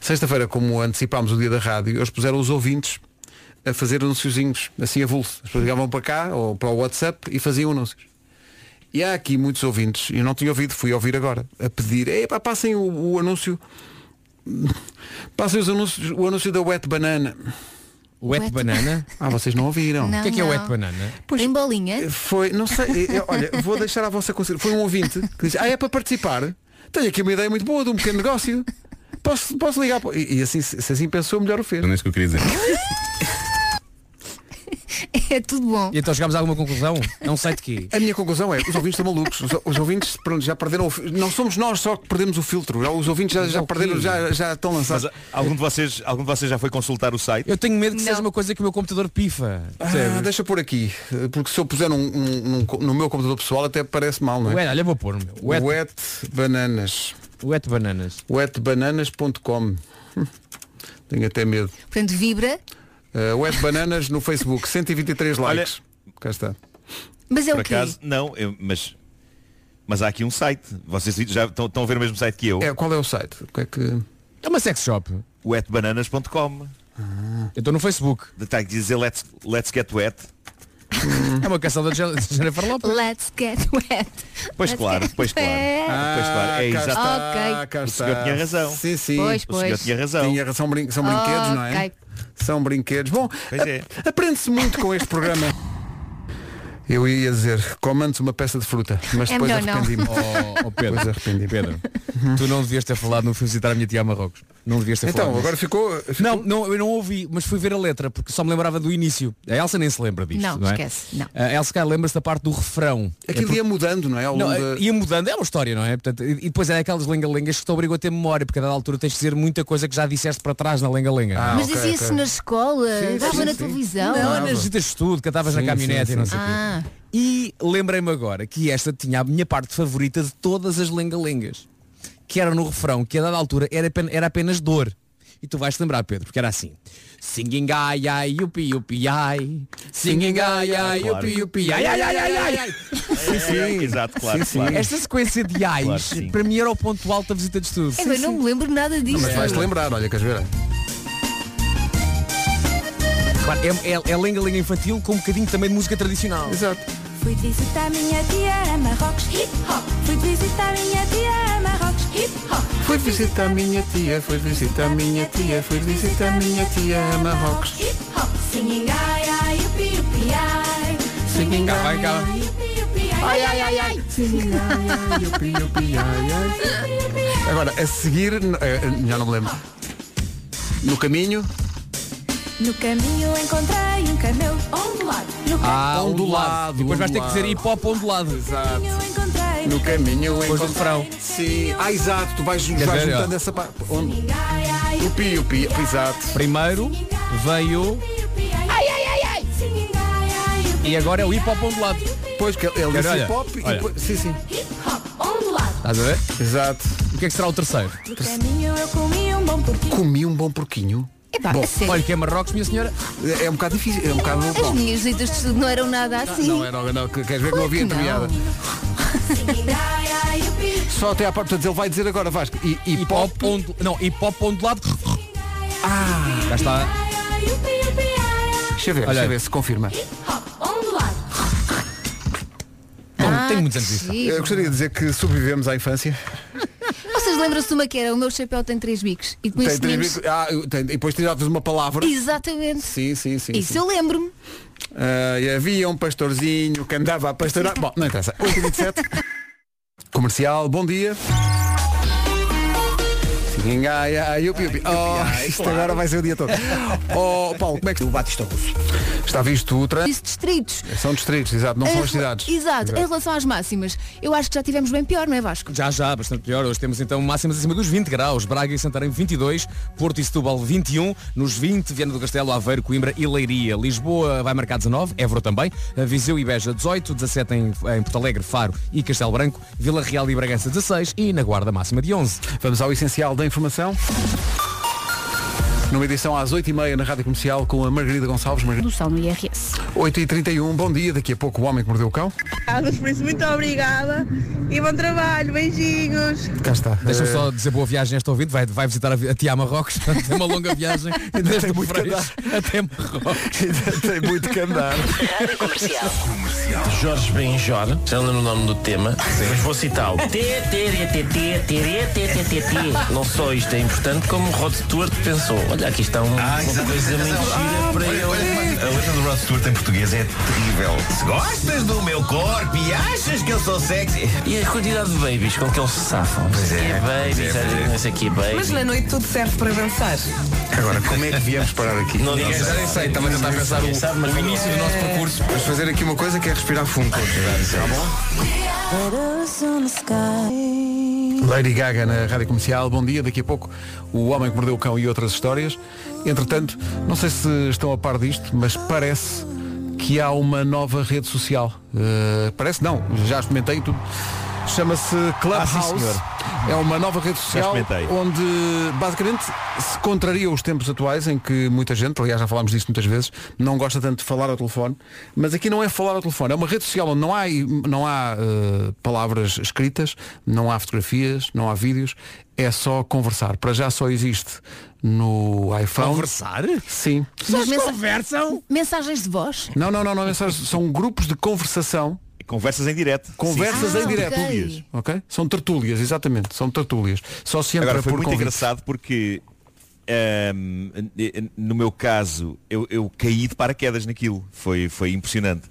S1: Sexta-feira, como antecipámos o dia da rádio, eles puseram os ouvintes a fazer anunciozinhos, assim a vulso. As pessoas ligavam para cá ou para o WhatsApp e faziam anúncios. E há aqui muitos ouvintes, eu não tinha ouvido, fui ouvir agora, a pedir, epá, passem o, o anúncio, passem os anúncios, o anúncio da Wet Banana.
S7: O wet,
S5: Wet
S7: banana?
S1: Ah, vocês não ouviram.
S5: Não,
S7: o que é que é o
S5: não.
S7: wet banana?
S5: Tem bolinha?
S1: Foi, não sei, eu- olha, vou deixar à vossa consideração. Foi um ouvinte que disse, ah, é para participar? Tenho aqui uma ideia muito boa de um pequeno negócio. Posso, posso ligar? para o-" E, e assim, se se assim pensou, melhor o fez.
S11: Não é isso que eu queria dizer.
S5: É tudo bom.
S7: E então chegámos a alguma conclusão? É um site que
S1: A minha conclusão é, os ouvintes estão malucos. Os, os ouvintes pronto, já perderam o fi- Não somos nós só que perdemos o filtro. Já- Os ouvintes já, já perderam, já, já estão
S4: Mas
S1: lançados.
S4: ah, algum de, vocês, algum de vocês já foi consultar o site?
S7: Eu tenho medo que seja uma coisa que o meu computador pifa.
S1: Ah, deixa por aqui, porque se eu puser num- num- num co- no meu computador pessoal até parece mal, não é?
S7: Ué, olha, vou pôr o meu. Wet, wet.
S1: Wet bananas.
S7: bananas.
S1: wetbananas.com Tenho até medo.
S5: Portanto, vibra.
S1: Uh, Wet Bananas no Facebook, 123 likes. Cá está.
S5: Mas é
S4: Por
S5: o quê?
S4: acaso, não, eu- mas, mas há aqui um site. Vocês já estão, estão a ver o mesmo site que eu.
S1: É, qual é o site? O que é que...
S7: É uma sex shop.
S4: Wetbananas.com.
S7: Eu estou no Facebook.
S4: Tem que dizer let's, let's get wet.
S7: É uma canção da Jen- Jennifer Lopez.
S5: Let's get wet.
S4: Pois
S5: Let's
S4: claro,
S5: get
S4: pois claro.
S5: wet.
S1: Ah,
S4: Pois claro, é
S7: Ah,
S1: cá
S4: exato.
S1: está,
S5: Ok.
S1: cá
S4: O
S1: está.
S4: senhor tinha razão.
S1: Sim, sim.
S5: Pois,
S4: O senhor
S5: pois.
S4: tinha razão.
S1: Tinha razão, são, brin- são brinquedos, não é?
S5: Ok.
S1: São brinquedos. Bom,
S4: Pois é.
S1: a- aprende-se muito com este programa. Eu ia dizer, comandes uma peça de fruta, mas
S5: É
S1: depois
S5: melhor não.
S1: arrependi-me.
S7: Oh, oh, Pedro.
S1: Depois arrependi-me.
S7: Pedro, tu não devias ter falado no fui visitar a minha tia a Marrocos. Não devias ter falado.
S1: Então,
S7: nisso.
S1: agora ficou. ficou-
S7: Não, não, eu não ouvi, mas fui ver a letra, porque só me lembrava do início. A Elsa nem se lembra disto.
S5: Não,
S7: é?
S5: esquece, não.
S7: A Elsa cá lembra-se da parte do refrão.
S1: Aquilo é ia mudando, não é? Ao
S7: Não,
S1: longo da-
S7: ia mudando, é uma história, não é? Portanto, e e depois é aquelas lenga-lengas que te obrigam a ter memória, porque a dada altura tens de dizer muita coisa que já disseste para trás na lenga-lenga.
S1: Ah,
S5: Mas
S1: ok,
S5: dizia-se
S1: ok.
S5: na escola,
S1: Sim,
S5: dava
S1: sim,
S5: na
S1: sim.
S5: televisão.
S7: Não, nas visitas de estudo, cantavas na
S1: Sim,
S7: caminhonete
S1: sim,
S7: e não
S1: sim.
S7: sei o quê.
S5: Ah.
S7: E lembrei-me agora que esta tinha a minha parte favorita de todas as lenga-lengas, que era no refrão, que a dada altura era apen- era apenas dor. E tu vais-te lembrar, Pedro, porque era assim. Singing ai ai yupi yupi ai Singing ai ai
S4: Claro.
S7: yupi yupi ai ai ai ai ai ai.
S4: Sim, sim. Exato, claro.
S1: Sim, sim.
S4: claro.
S7: Esta sequência de ais,
S4: Claro que sim.
S7: para mim era o ponto alto da visita de estudo.
S5: É, eu não me lembro nada disso.
S1: Mas vais-te lembrar, olha, queres ver?
S7: Claro, é, é, é lenga-lenga infantil com um bocadinho também de música tradicional.
S1: Exato.
S2: Fui visitar minha tia a Marrocos, hip hop. Fui visitar minha tia a Marrocos, hip hop.
S1: Fui visitar minha tia, fui visitar minha tia, fui visitar minha tia a Marrocos.
S2: Hip hop, singing ai ai yupi yupi ai.
S1: Singing
S7: Cá vai, cá vai.
S2: Ai, yupi, yupi, ai ai ai ai.
S1: Agora, a seguir, n- eh, eh, já não me lembro. No caminho,
S2: No caminho encontrei um camelo ondulado. No
S7: Ah,
S1: Ondulado,
S7: ondulado.
S4: um
S7: Depois vais ter que dizer
S1: ondulado.
S7: hip hop um ondulado.
S2: caminho encontrei
S1: no caminho
S7: Depois do refrão.
S1: Sim. Ah, exato, tu vais, vais
S7: ver, ó.
S1: juntando essa parte. Onde?
S2: Ai ai
S1: Upi, upi, exato.
S7: Primeiro veio
S2: yupi, yupi ai ai ai ai. Singing ai ai yupi.
S7: e agora é o hip hop ondulado.
S1: Pois que ele disse
S7: Olha,
S1: hip hop e
S7: olha.
S1: depois. Sim, sim.
S2: Hip hop ondulado.
S7: Estás a ver?
S1: Exato.
S7: O que é que será o terceiro?
S2: No caminho eu comi um bom porquinho.
S1: Comi um bom porquinho.
S5: Epá,
S1: Bom,
S5: a sério,
S7: Olha que é Marrocos, minha senhora.
S1: É é um bocado difícil, é um bocado
S5: as
S1: bom.
S5: minhas visitas de estudo não eram nada assim.
S1: Não, é. era, não, queres ver que não havia
S5: Claro que
S1: piada.
S2: Singing ai ai yupi.
S1: Só até à parte, portanto, ele vai dizer agora, Vasco. E, e
S7: Hip
S1: pop.
S7: hop ondulado. Não, hip hop ondulado. Ah, cá está.
S2: Ai ai yupi yupi ai ai.
S1: Deixa eu ver,
S7: Olha
S1: deixa eu
S7: aí.
S1: ver se confirma.
S2: Hop ondulado.
S7: Bom, tem muitos
S5: que
S7: anos disso.
S1: Eu
S5: giro.
S1: gostaria de dizer que sobrevivemos à infância.
S5: Vocês lembram-se de uma que era o meu chapéu tem três bicos e depois
S1: Tem três
S5: tínhamos-
S1: mil- ah, eu- tem- e depois tiravas uma palavra.
S5: Exatamente.
S1: Sim, sim, sim.
S5: Isso
S1: sim.
S5: eu lembro-me.
S1: Ah, e havia um pastorzinho que andava a pastorar. Bom, não interessa. 827. Comercial, bom dia. Sim, ai, ai, upi, upi. Oh, isto agora vai ser o dia todo. Oh, Paulo, como é que o Batista Russo? Está visto o trânsito?
S5: Disse distritos.
S1: São distritos, exato, não são as
S5: Em rela-
S1: cidades.
S5: Exato. Em relação às máximas, eu acho que já tivemos bem pior, não é Vasco?
S7: Já, já, bastante pior. Hoje temos então máximas acima dos 20 graus. Braga e Santarém 22, Porto e Setúbal 21, nos 20, Viana do Castelo, Aveiro, Coimbra e Leiria. Lisboa vai marcar 19, Évora também, Eh, Viseu e Beja 18, 17 em, em Porto Alegre, Faro e Castelo Branco, Vila Real e Bragança 16 e na Guarda máxima de 11.
S1: Vamos ao essencial da informação. Numa edição às 8h30 na Rádio Comercial com a Margarida Gonçalves. Margarida.
S12: Redução no IRS.
S1: 8h31, bom dia. Daqui a pouco o homem que mordeu o cão.
S12: Por isso, muito obrigada e bom trabalho. Beijinhos.
S1: Cá está.
S7: Deixa-me
S1: Eh,
S7: só dizer boa viagem a este ouvinte. Vai, vai visitar a, vi- a tia a Marrocos. É uma longa viagem desde
S1: muito que
S7: Moreiros até Marrocos.
S1: Eh, Tem muito que andar.
S11: Jorge Benjor, já não lembro o nome do tema, mas vou citá-lo. Não só isto é importante, como Rod Stewart pensou. Olha, aqui está um.
S4: Ah,
S11: uma
S4: exatamente.
S11: coisa mentira
S4: Ah,
S11: para
S4: olha,
S11: eu.
S4: olha, A letra do Rod Stewart em português é terrível. Se gostas do meu corpo e achas que eu sou sexy.
S11: E a quantidade de babies com que eles se safam. Pois é, babies, olha, não sei que baby.
S13: Mas na noite tudo serve para dançar.
S1: Agora, como é que viemos parar aqui?
S11: Não digas.
S1: já nem sei, estava a tentar pensar o, o início do nosso percurso. Vamos fazer aqui uma coisa que é respirar fundo. Tá bom? Lady Gaga na Rádio Comercial, bom dia, daqui a pouco o Homem que Mordeu o Cão e outras histórias. Entretanto, não sei se estão a par disto, mas parece que há uma nova rede social. Eh, parece não, já experimentei tudo. Chama-se Clubhouse.
S4: senhor.
S1: é uma nova rede social
S4: experimentei.
S1: onde basicamente se contraria os tempos atuais em que muita gente, aliás já falámos disto muitas vezes, não gosta tanto de falar ao telefone, mas aqui não é falar ao telefone, é uma rede social onde não há, não há eh, palavras escritas, não há fotografias, não há vídeos, é só conversar. Para já só existe no iPhone. Conversar? Sim.
S5: Mas mensa- Mensagens de voz?
S1: Não, não, não, não mensagens, são grupos de conversação. Conversas em direto. Conversas
S5: Sim,
S1: em
S5: sim. Ah,
S1: direto.
S5: ok.
S1: Ok? São tertúlias, exatamente, são tertúlias. Só se entra
S4: Agora foi
S1: por
S4: muito
S1: convite.
S4: engraçado porque ahm, eh, eh, no meu caso eu, eu caí de paraquedas naquilo. Foi, foi impressionante.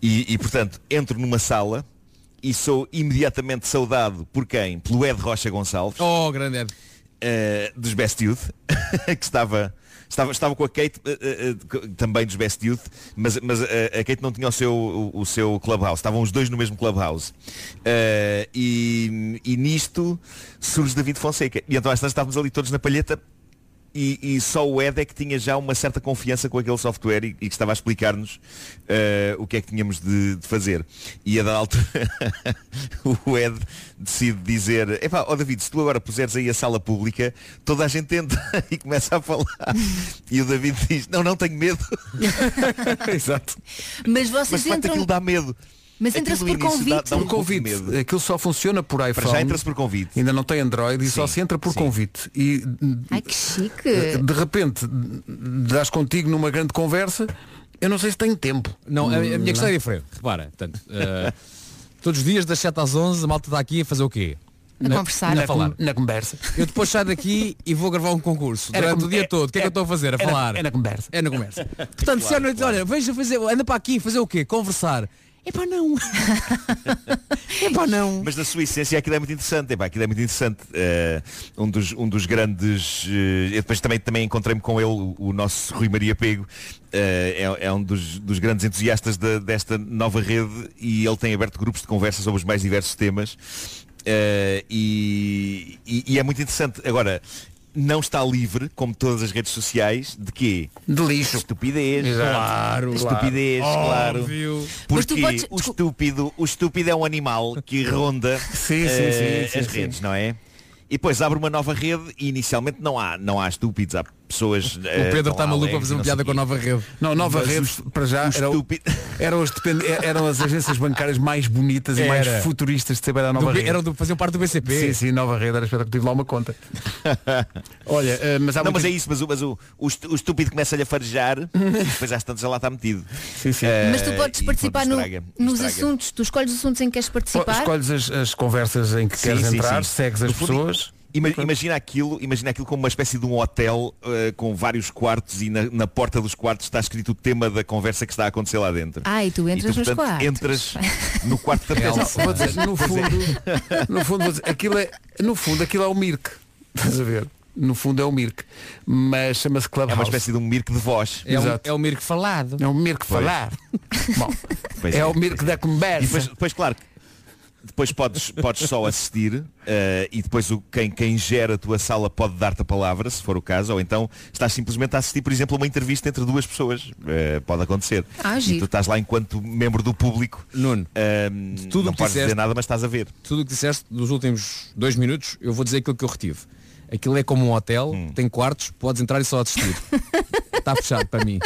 S4: E, e, portanto entro numa sala e sou imediatamente saudado por quem? Pelo Ed Rocha Gonçalves.
S7: Oh, grande Ed.
S4: eh, dos Best Youth, que estava, estava, estava com a Kate, eh, eh, eh, também dos Best Youth, mas, mas eh, a Kate não tinha o seu, o, o seu clubhouse, estavam os dois no mesmo clubhouse. Eh, e, e nisto surge David Fonseca. E então às tantas estávamos ali todos na palheta e, e só o Ed é que tinha já uma certa confiança com aquele software e, e que estava a explicar-nos eh, o que é que tínhamos de, de fazer. E a dada altura o Ed decide dizer, epá, ó David, se tu agora puseres aí a sala pública, toda a gente entra e começa a falar. e o David diz, não, não tenho medo.
S1: Exato.
S5: Mas vocês
S4: Mas de facto,
S5: entram.
S4: aquilo dá medo.
S5: Mas entra-se por
S4: Aquilo no É início
S5: convite.
S4: dá um
S1: Por convite. Aquilo só funciona por iPhone.
S4: já entra-se por convite.
S1: Ainda não tem Android e só se entra por convite. E eh,
S5: Ai que chique.
S1: de repente das contigo numa grande conversa. Eu não sei se tenho tempo.
S7: Não, a, a minha questão é
S1: Não.
S7: diferente. Repara, portanto, eh, todos os dias das 7 às 11 a malta está aqui a fazer o quê?
S5: A conversar.
S7: Na,
S5: Na
S7: falar.
S5: con-
S1: na conversa.
S7: Eu depois saio daqui e vou gravar um concurso
S1: Era
S7: durante
S1: com-
S7: o dia
S1: é-
S7: todo. O que é, que eu estou a fazer? A
S1: é na-
S7: falar.
S1: é na conversa.
S7: É na conversa. Portanto, se à noite, olha, veja fazer, anda para aqui fazer o quê? Conversar. Epá, não. Epá, não.
S4: Mas na sua essência aquilo é muito interessante. Epá, aquilo é muito interessante. Eh, um, dos, um dos grandes. eh, eu depois também, também encontrei-me com ele, o, o nosso Rui Maria Pego. Eh, é, é um dos, dos grandes entusiastas da- desta nova rede e ele tem aberto grupos de conversa sobre os mais diversos temas. Eh, e, e- e é muito interessante. Agora, não está livre, como todas as redes sociais, de quê?
S1: De lixo.
S4: Estupidez.
S1: Exato. Claro,
S4: Estupidez,
S1: claro.
S4: claro.
S1: Óbvio.
S5: Mas tu
S4: Porque
S5: podes-
S4: o estúpido, o estúpido é um animal que ronda
S1: Sim, sim,
S4: eh,
S1: sim, sim,
S4: as
S1: sim.
S4: redes, não é? E depois abre uma nova rede e inicialmente não há, não há estúpidos, há pessoas. eh,
S7: O Pedro
S4: Então,
S7: está maluco a fazer um uma piada com a nova rede.
S1: Não, Nova Redes, para já, era o- eram, os depend- eram as agências bancárias mais bonitas e mais
S7: Era.
S1: futuristas de saber da Nova
S7: Do B-
S1: Rede.
S7: eram do- faziam parte do BCP.
S1: Sim, sim, Nova Rede, era espetacular, tive lá uma conta. Olha, eh, mas há
S4: não,
S1: muita-
S4: mas é isso, mas, o, mas o, o estu- o estúpido começa-lhe a farejar e depois às tantas já lá está metido. Eh,
S5: Mas tu podes
S4: e
S5: participar
S4: pronto,
S5: no-
S4: estraga,
S5: nos
S4: estraga.
S5: assuntos. Tu escolhes os assuntos em que queres participar.
S1: Escolhes as, as conversas em que queres entrar, segues as
S4: No fundo,
S1: pessoas.
S4: ima- imagina aquilo, imagina aquilo como uma espécie de um hotel eh, com vários quartos e na, na porta dos quartos está escrito o tema da conversa que está a acontecer lá dentro.
S5: Ai, Ah, tu entras
S4: e tu,
S5: nos
S4: portanto,
S5: quartos.
S4: entras no quarto da
S1: Não,
S4: pessoa.
S1: vou dizer, no fundo, no fundo, vou dizer, aquilo é, no fundo, aquilo é o Mirk. Estás a ver? No fundo é o Mirk. Mas chama-se Clubhouse.
S4: É uma espécie de um Mirk de voz.
S7: É, um,
S1: Exato.
S7: é o Mirko falado.
S1: É o Mirk
S4: Pois.
S1: falar. Bom,
S4: Pois
S1: é,
S4: é,
S1: o Mirk da conversa.
S4: E depois, depois, claro, depois podes, podes só assistir eh, e depois o, quem, quem gera a tua sala pode dar-te a palavra, se for o caso, ou então estás simplesmente a assistir, por exemplo, a uma entrevista entre duas pessoas. Eh, pode acontecer.
S5: Ah,
S4: e
S5: giro.
S4: tu estás lá enquanto membro do público.
S7: Nuno,
S4: de
S7: tudo
S4: não
S7: o que
S4: podes dizer
S7: disseste-
S4: nada, mas estás a ver.
S7: Tudo o que disseste nos últimos dois minutos, eu vou dizer aquilo que eu retive. Aquilo é como um hotel, tem quartos, podes entrar e só assistir. Está fechado para mim.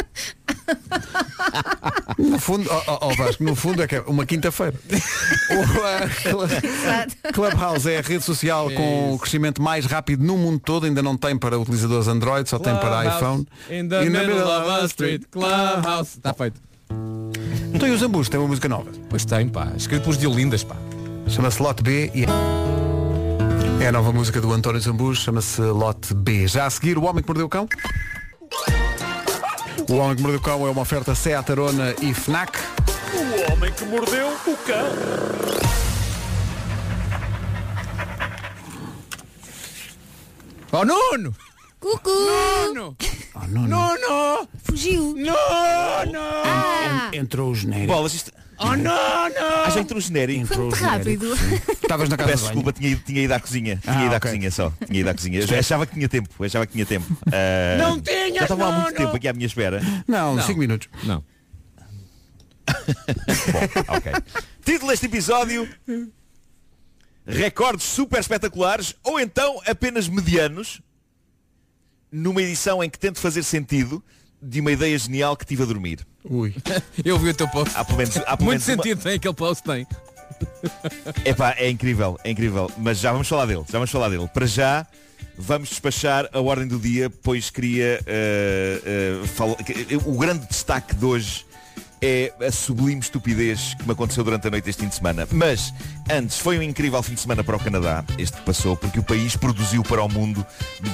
S1: No fundo, ó ó, ó, Vasco, no fundo é que é uma quinta-feira. Ou a Cla- Clubhouse é a rede social com o crescimento mais rápido no mundo todo, ainda não tem para utilizadores Android, só tem para
S7: Clubhouse,
S1: iPhone.
S7: in the
S1: E na
S7: middle
S1: middle
S7: of a
S1: of the
S7: street, Clubhouse. Está feito.
S1: Então e os Ambus têm uma música nova.
S7: Pois tem, pá. Escrito pelos Diolindas, pá.
S1: Chama-se Lot B e É a nova música do António Zambus, chama-se Lote B. Já a seguir, O Homem que Mordeu o Cão. O Homem que Mordeu o Cão é uma oferta Seat Arona e FNAC.
S14: O homem que mordeu o cão.
S7: Oh, Nuno!
S5: Cucu!
S7: Nuno!
S1: Oh, Nuno!
S7: Nuno!
S5: Fugiu!
S7: Nuno!
S5: Ah.
S1: En- Entrou o genérico.
S4: Bolas, isto...
S7: Oh, Nuno!
S4: Ah, já entrou o genérico.
S5: Foi muito rápido.
S1: Estavas na casa
S4: Peço
S1: de banho.
S4: desculpa, tinha, ido- tinha ido à cozinha. Tinha
S1: Ah,
S4: ido à
S1: ok.
S4: cozinha só. Tinha ido à cozinha. Eu já achava que tinha tempo. eu Achava que tinha tempo. Ah,
S7: Não tinhas,
S4: Já estava há muito
S7: Nuno!
S4: tempo aqui à minha espera.
S1: Não,
S4: Não.
S1: 5 minutos.
S7: Não.
S4: Ok. Título deste episódio Recordes super espetaculares ou então apenas medianos numa edição em que tento fazer sentido de uma ideia genial que tive a dormir.
S1: Ui.
S7: Eu vi o teu post.
S4: Há pelo menos, há pelo
S7: Muito
S4: menos uma-
S7: sentido tem aquele post, tem.
S4: Epá, é incrível, é incrível. Mas já vamos falar dele, já vamos falar dele. Para já, vamos despachar a ordem do dia, pois queria eh, eh, falar. que- O grande destaque de hoje é a sublime estupidez que me aconteceu durante a noite este fim de semana. Mas, antes, foi um incrível fim de semana para o Canadá, este que passou, porque o país produziu para o mundo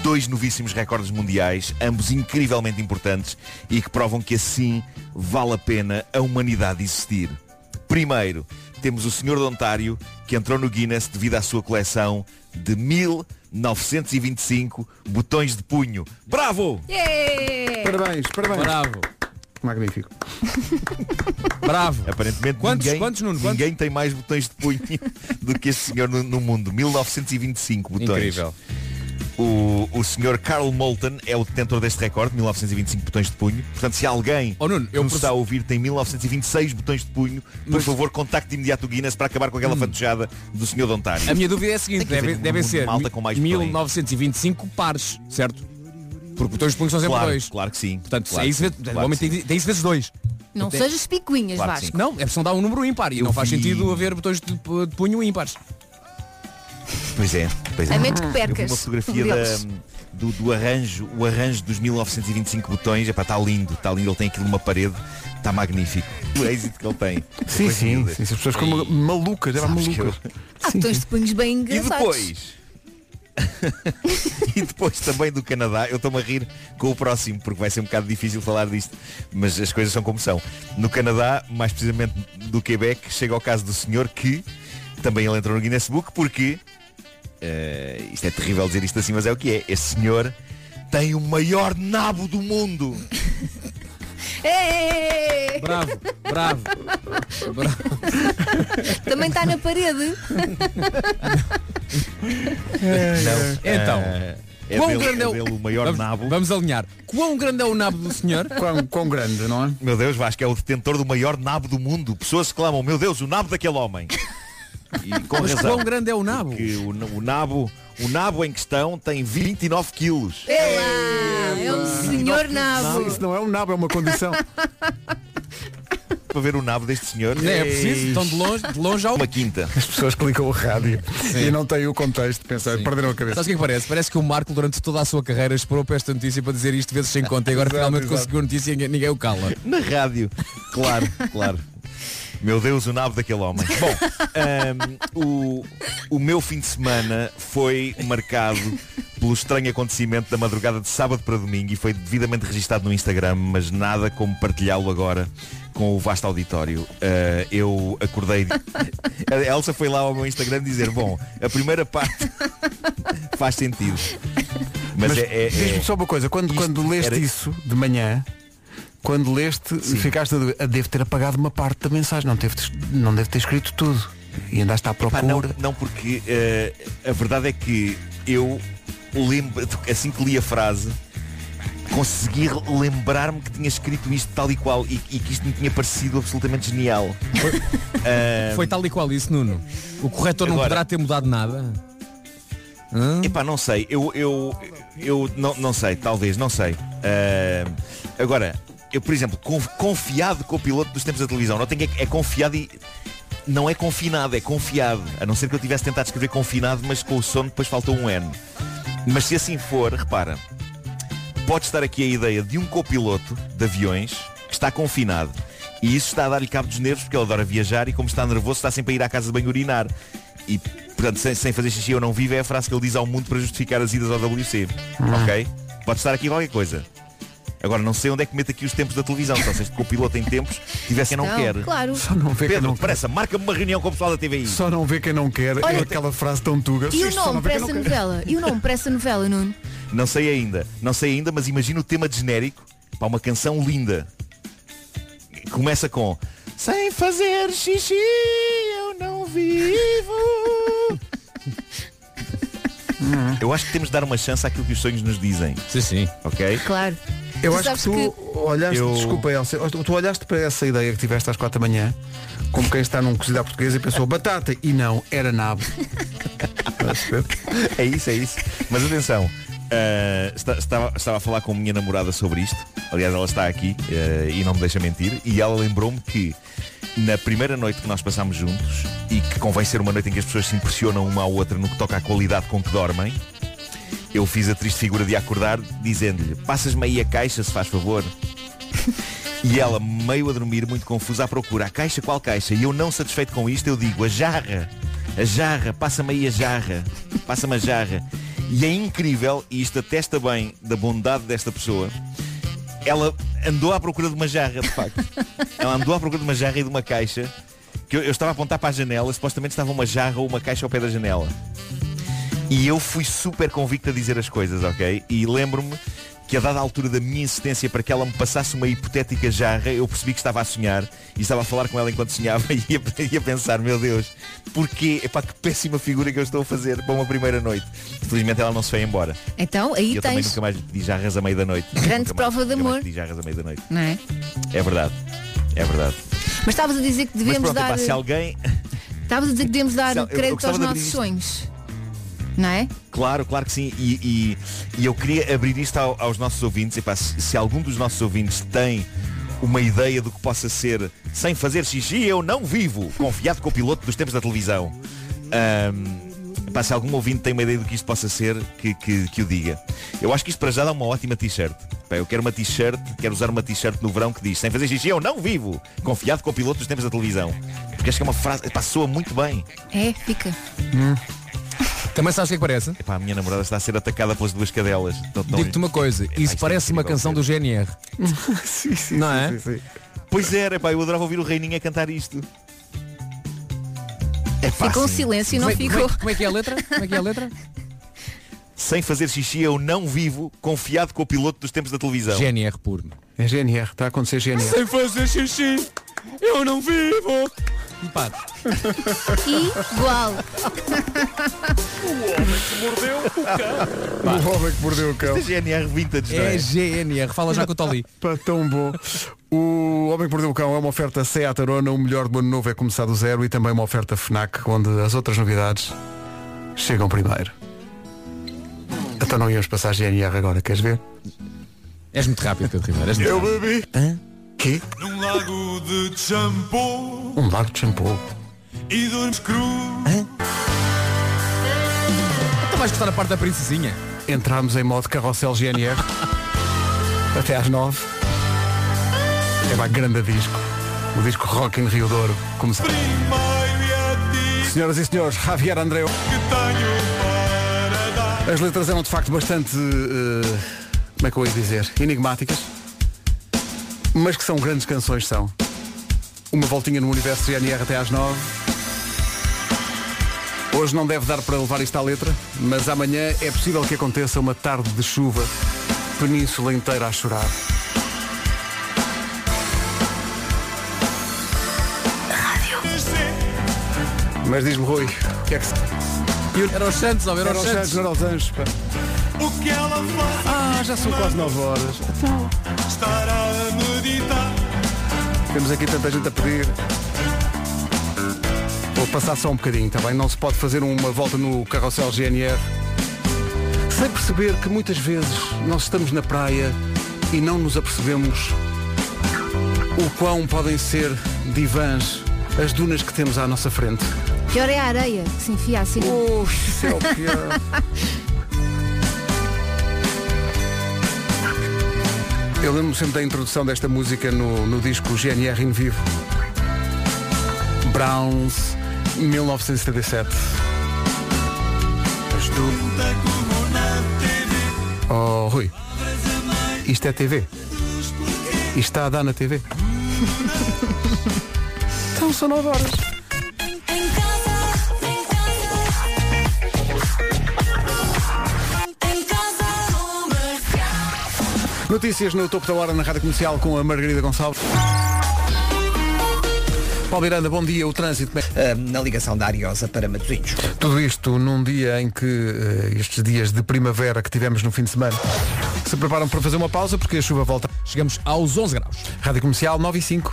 S4: dois novíssimos recordes mundiais, ambos incrivelmente importantes, e que provam que assim vale a pena a humanidade existir. Primeiro, temos o Senhor de Ontário, que entrou no Guinness devido à sua coleção de 1925 botões de punho. Bravo!
S5: Yeah!
S1: Parabéns, parabéns.
S7: Bravo.
S1: Magnífico.
S7: Bravo.
S4: Aparentemente
S7: Quantos-
S4: ninguém,
S7: quantos, Nuno?
S4: ninguém tem mais botões de punho do que este senhor no, no mundo. 1925 botões.
S7: Incrível.
S4: O, o senhor Carl Moulton é o detentor deste recorde, 1925 botões de punho. Portanto, se alguém
S7: Oh, Nuno, eu
S4: nos está a
S7: perce-
S4: ouvir tem 1926 botões de punho, por
S7: Mas- Hum.
S4: favor, contacte de imediato o Guinness para acabar com aquela fantejada do senhor de Ontário.
S7: A minha dúvida é a seguinte,
S4: Tem que haver
S7: deve-
S4: um
S7: devem
S4: mundo de
S7: ser
S4: malta com mais
S7: 1925 pares, certo? Porque botões de punho são sempre
S4: claro,
S7: dois.
S4: claro que sim.
S7: Portanto,
S4: claro
S7: é
S4: que
S7: isso,
S4: sim,
S7: vezes-
S4: claro
S7: normalmente
S4: que sim.
S7: tem, tem isso vezes dois.
S5: Não
S7: Tem-
S5: sejas picuinhas,
S4: Claro que
S5: Vasco.
S7: Não, é preciso dar um número ímpar e
S4: Eu
S7: não faz
S4: vi-
S7: sentido haver botões de, de punho ímpares.
S4: Pois é, pois é.
S5: A menos que
S4: Eu vi uma
S5: percas.
S4: fotografia
S5: um
S4: da-
S5: deles.
S4: do, do arranjo, o arranjo dos 1925 botões. Epá, está lindo, está lindo. Ele tem aquilo numa parede, está magnífico. O êxito que ele tem.
S1: Sim,
S4: Coisa
S1: sim.
S4: miúda.
S1: sim. As pessoas ficam malucas, é eram
S4: Sabes que
S1: malucas.
S5: Há botões Ah, de punhos bem
S4: E
S5: engraçados.
S4: depois. e depois também do Canadá, eu estou-me a rir com o próximo, porque vai ser um bocado difícil falar disto, mas as coisas são como são. No Canadá, mais precisamente do Quebec, chega ao caso do senhor que também ele entrou no Guinness Book porque eh, isto é terrível dizer isto assim, mas é o que é. Este senhor tem o maior nabo do mundo.
S5: É, Ei!
S7: Bravo, bravo. bravo.
S5: Também está na parede.
S4: Não.
S7: Então,
S4: Eh, é,
S7: quão
S4: dele,
S7: grande
S4: é
S7: é o-
S4: dele o maior
S7: Vamos,
S4: nabo.
S7: vamos alinhar. Quão grande é o nabo do senhor?
S1: Quão, quão grande, não é?
S4: Meu Deus, Vasco, é o detentor do maior nabo do mundo. Pessoas clamam, meu Deus, o nabo daquele homem. E com
S7: Mas
S4: razão.
S7: quão grande é o nabo?
S4: Que o, o nabo, o nabo em questão tem 29 quilos.
S5: É lá, é o senhor
S1: Não,
S5: Nabo.
S1: isso não é um nabo, é uma condição.
S4: Para ver o nabo deste senhor.
S7: Não é preciso, estão de longe, de longe ao...
S4: Uma quinta.
S1: As pessoas clicam o rádio e não têm o contexto. Pensaram, perderam a
S7: Sabe o
S1: cabeça.
S7: que é que parece? Parece que o Marco durante toda a sua carreira esperou para esta notícia para dizer isto vezes sem conta e agora
S1: Exato,
S7: finalmente
S1: exato.
S7: conseguiu a notícia e ninguém- ninguém o cala.
S4: Na rádio. Claro, claro. Meu Deus, o nabo daquele homem. Bom, ahm, o, o meu fim de semana foi marcado pelo estranho acontecimento da madrugada de sábado para domingo e foi devidamente registado no Instagram, mas nada como partilhá-lo agora com o vasto auditório. Ah, eu acordei. A Elsa foi lá ao meu Instagram dizer, bom, a primeira parte faz sentido. Mas,
S1: Mas
S4: é, é- é-
S1: diz-me só uma coisa, quando,
S4: Isto
S1: quando leste
S4: era-
S1: isso de manhã, quando leste, ficaste a dúvida, "Ah, devo ter apagado uma parte da mensagem, não, teve, não deve ter escrito tudo. E andaste à
S4: Pá,
S1: procura.
S4: não, não porque eh, a verdade é que eu lembro, assim que li a frase, consegui lembrar-me que tinha escrito isto tal e qual e, e que isto me tinha parecido absolutamente genial. Ah,
S7: Foi tal e qual isso, Nuno. O corretor não
S4: Agora-
S7: poderá ter mudado nada. Hã?
S4: Epá, não sei, eu, eu, eu não, não sei, talvez, não sei. Ah, agora, eu, por exemplo, conf- confiado com o piloto dos tempos da televisão, não tenho é, é confiado e não é confinado, é confiado. A não ser que eu tivesse tentado escrever confinado, mas com o sono depois faltou um N. Mas se assim for, repara, pode estar aqui a ideia de um copiloto de aviões que está confinado. E isso está a dar-lhe cabo dos nervos porque ele adora viajar e como está nervoso está sempre a ir à casa de banho urinar. E Portanto, sem, sem fazer xixi eu não vivo é a frase que ele diz ao mundo para justificar as idas ao WC.
S7: Ah.
S4: Ok? Pode estar aqui qualquer coisa. Agora não sei onde é que mete aqui os tempos da televisão, só se este copiloto em tempos tivesse quem Então não
S1: Não,
S4: quer.
S5: Então, claro.
S1: Só não vê quem
S4: Pedro,
S1: não quer.
S4: depressa, marca-me uma reunião com o pessoal da TVI.
S1: Só não vê quem não quer.
S5: Olha,
S1: é aquela frase tão tuga.
S5: E o
S1: Isto só
S5: nome
S1: não vê quem
S5: para
S1: não
S5: essa
S1: quer.
S5: novela? E o nome para essa novela, Nuno?
S4: Não sei ainda, não sei ainda, mas imagina o tema de genérico para uma canção linda. Começa com Sem fazer xixi eu não vivo. Eu acho que temos de dar uma chance àquilo que os sonhos nos dizem.
S7: Sim, sim.
S4: Ok?
S5: Claro.
S1: Eu acho
S5: Tu
S1: que
S5: sabes
S1: tu olhaste,
S4: Eu-
S1: desculpa Elsa, tu tu olhaste para essa ideia que tiveste às quatro da manhã, como quem está num cozido à portuguesa e pensou batata, e não, era nabo.
S4: é isso, é isso. Mas atenção, ah, esta- estava, estava a falar com a minha namorada sobre isto. Aliás, ela está aqui ah, e não me deixa mentir. E ela lembrou-me que na primeira noite que nós passámos juntos, e que convém ser uma noite em que as pessoas se impressionam uma à outra no que toca à qualidade com que dormem, eu fiz a triste figura de acordar dizendo-lhe, passas-me aí a caixa, se faz favor. E ela, meio a dormir, muito confusa, à procura. A caixa, qual caixa? E eu, não satisfeito com isto, eu digo, a jarra. A jarra, passa-me aí a jarra. Passa-me a jarra. E é incrível, e isto atesta bem da bondade desta pessoa, ela andou à procura de uma jarra, de facto. Ela andou à procura de uma jarra e de uma caixa, que eu, eu estava a apontar para a janela, supostamente estava uma jarra ou uma caixa ao pé da janela. E eu fui super convicto a dizer as coisas, ok? E lembro-me que a dada altura da minha insistência para que ela me passasse uma hipotética jarra, eu percebi que estava a sonhar e estava a falar com ela enquanto sonhava e a, e a pensar, meu Deus, porquê? Epá, que péssima figura que eu estou a fazer para uma primeira noite. Felizmente ela não se foi embora.
S5: Então,
S4: E
S5: aí
S4: eu também
S5: tens
S4: nunca mais lhe pedi jarras à meia da noite.
S5: grande
S4: Nunca mais
S5: prova de amor,
S4: pedi jarras à meia da noite.
S5: não é?
S4: É verdade. É verdade.
S5: Mas estavas a dizer que
S4: Mas
S5: devemos
S4: pronto, epá,
S5: dar. eh,
S4: se alguém.
S5: Estavas a dizer que devemos dar
S4: Se al- eu- eu
S5: crédito
S4: gostava
S5: aos
S4: de
S5: nossos
S4: abrir isto.
S5: sonhos. Não é?
S4: Claro, claro que sim. E, e- e eu queria abrir isto ao- aos nossos ouvintes. Epá, se, se algum dos nossos ouvintes tem uma ideia do que possa ser sem fazer xixi, eu não vivo, confiado com o piloto dos tempos da televisão. Ahm, epá, se algum ouvinte tem uma ideia do que isto possa ser, que, que- que o diga. Eu acho que isto para já dá uma ótima t-shirt. Epá, Eu quero uma t-shirt, quero usar uma t-shirt no verão que diz sem fazer xixi, eu não vivo, confiado com o piloto dos tempos da televisão. Porque acho que é uma frase, epá, soa muito bem.
S5: É, fica.
S7: Também sabes o que é que parece?
S4: Epá, é. a minha namorada está a ser atacada pelas duas cadelas. Estão- estão-
S7: Digo-te uma coisa, isso parece uma canção do GNR.
S1: sim, sim,
S7: Não é?
S4: Pois era, pá, eu adorava ouvir o Reininho a cantar isto. É
S5: Ficou um silêncio e não
S7: Como é-
S5: ficou.
S7: como é- como é que é a letra? Como é que é a letra?
S4: Sem fazer xixi eu não vivo, confiado com o piloto dos tempos da televisão.
S7: GNR puro.
S1: É GNR, está a acontecer GNR.
S7: Sem fazer xixi, eu não vivo. Pá,
S4: é
S5: Igual.
S14: Mordeu o cão.
S1: O homem que mordeu o cão.
S4: Isto é GNR vintage, não é?
S7: é GNR, fala já com o Toli.
S1: Pá, tão bom. O Homem que Mordeu o Cão é uma oferta Seat Arona, o melhor do ano novo é começar do zero e também uma oferta FNAC, onde as outras novidades chegam primeiro. Então não íamos passar GNR agora, queres ver?
S7: És muito rápido, Pedro Ribeiro. és muito rápido.
S1: bebi. Hã? Quê?
S14: Num um lago de shampoo
S1: Um lago de shampoo.
S14: e dormes cru.
S7: Então vais gostar da parte da princesinha.
S1: Entramos em modo carrossel GNR. Até às nove. É uma grande disco. O disco Rock in Rio Douro. Começar.
S14: Primeiro é a ti
S1: Senhoras e senhores, Javier Andreu.
S14: que tenho para dar.
S1: As letras eram de facto bastante, eh, como é que eu ia dizer, enigmáticas, mas que são grandes canções, são. Uma voltinha no universo GNR até às nove. Hoje não deve dar para levar isto à letra, mas amanhã é possível que aconteça uma tarde de chuva, península inteira a chorar. Mas diz-me, Rui, o que é que se...
S7: Era os Santos, ou era os Santos.
S1: não era os anjos, pá.
S14: O que ela faz
S1: Ah, já são quase 9 horas.
S14: estará a meditar.
S1: Temos aqui tanta gente a pedir. Vou passar só um bocadinho, está bem? Não se pode fazer uma volta no carrossel GNR sem perceber que muitas vezes nós estamos na praia e não nos apercebemos o quão podem ser divãs as dunas que temos à nossa frente.
S5: Pior é a areia que se enfia assim.
S1: Isso é o pior. Eu lembro-me sempre da introdução desta música no, no disco GNR em vivo. Browns, 1977. és tu. Oh, Rui, isto é TV. Isto está a dar na TV. Então são 9 horas. Notícias no topo da hora na Rádio Comercial com a Margarida Gonçalves. Paulo Miranda, bom dia. O trânsito...
S15: na ligação da Ariosa para Matosinhos.
S1: Tudo isto num dia em que eh, estes dias de primavera que tivemos no fim de semana se preparam para fazer uma pausa porque a chuva volta.
S7: Chegamos aos 11 graus.
S1: Rádio Comercial 9 e 5.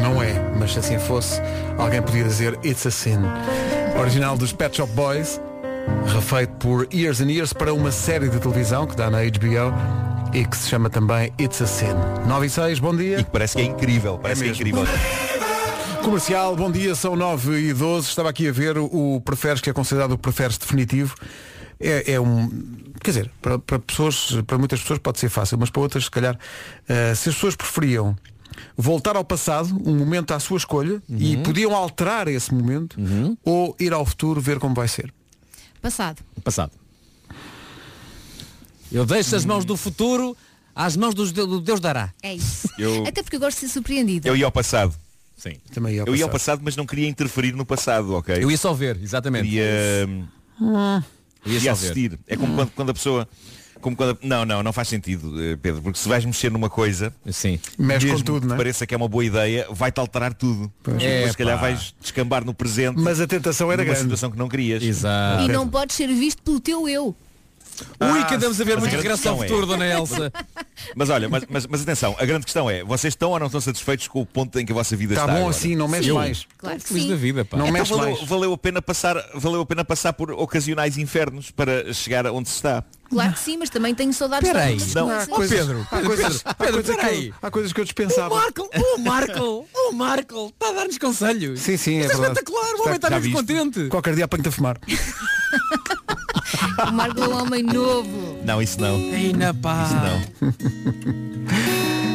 S1: Não é, mas se assim fosse, alguém podia dizer It's a Sin. Original dos Pet Shop Boys, refeito por Years and Years para uma série de televisão que dá na HBO e que se chama também It's a Sin. 9 e 6, bom dia. E que
S4: parece que é incrível, parece que é incrível.
S1: Comercial, bom dia, são 9 e 12 Estava aqui a ver o, o Preferes, que é considerado o Preferes definitivo é, é um... Quer dizer, para, para pessoas, para muitas pessoas pode ser fácil Mas para outras, se calhar eh, Se as pessoas preferiam voltar ao passado Um momento à sua escolha
S4: Uhum.
S1: E podiam alterar esse momento Ou ir ao futuro ver como vai ser
S5: Passado.
S7: Passado. Eu deixo as mãos do futuro às mãos dos de- do Deus dará.
S5: É isso.
S4: Eu-
S5: Até porque eu gosto de ser surpreendida.
S4: Eu ia ao passado.
S7: Sim.
S1: Também
S4: Ah, eu ia ao passado, mas não queria interferir no passado, ok?
S7: Eu ia só ver, exatamente.
S4: Queria,
S1: Ah.
S7: Eu ia
S4: queria
S7: só ver.
S4: assistir. É como quando, quando a pessoa. Como quando a- Não, não, não faz sentido, eh, Pedro, porque se vais mexer numa coisa,
S7: Sim.
S1: Mexe com tudo, não é?
S4: pareça que é uma boa ideia, vai-te alterar tudo.
S1: Pois.
S4: Mas depois, se
S1: Epá.
S4: calhar vais descambar no presente.
S1: Mas a tentação era
S4: numa
S1: grande.
S4: situação que não querias.
S7: Exato.
S5: E não podes ser visto pelo teu eu.
S7: Ui, que andamos a ver
S4: Ah, mas
S7: muito
S4: a grande
S7: Regresso ao
S4: questão é-
S7: Futuro, Dona Elsa.
S4: Mas olha, mas, mas, mas atenção, a grande questão é, vocês estão ou não estão satisfeitos com o ponto em que a vossa vida
S1: Tá
S4: está?
S1: bom
S4: agora?
S1: assim, não mexe Sim. mais.
S5: Claro que
S7: Feliz
S5: sim.
S7: da vida, pá.
S1: Não
S4: Então
S1: mexe
S4: valeu,
S1: mais.
S4: valeu a pena passar, valeu a pena passar por ocasionais infernos para chegar onde se está.
S5: Claro que sim, mas também tenho saudades de
S4: Peraí,
S5: algumas
S4: não.
S5: coisas.
S4: Há coisas- Pedro,
S1: há coisas, há
S7: Pedro,
S1: coisas que
S7: peraí.
S1: eu, há coisas que eu dispensava
S7: o Marco, o Marco, está a dar-nos conselhos.
S1: Sim, sim, é
S7: Isso é
S1: verdade.
S7: espetacular, o
S1: Está-
S7: homem está
S1: já viste?
S7: mesmo contente.
S1: Qualquer dia apanho-te a fumar
S5: O Marco é um homem novo.
S4: Não, isso não.
S7: Ainda pá.
S4: Isso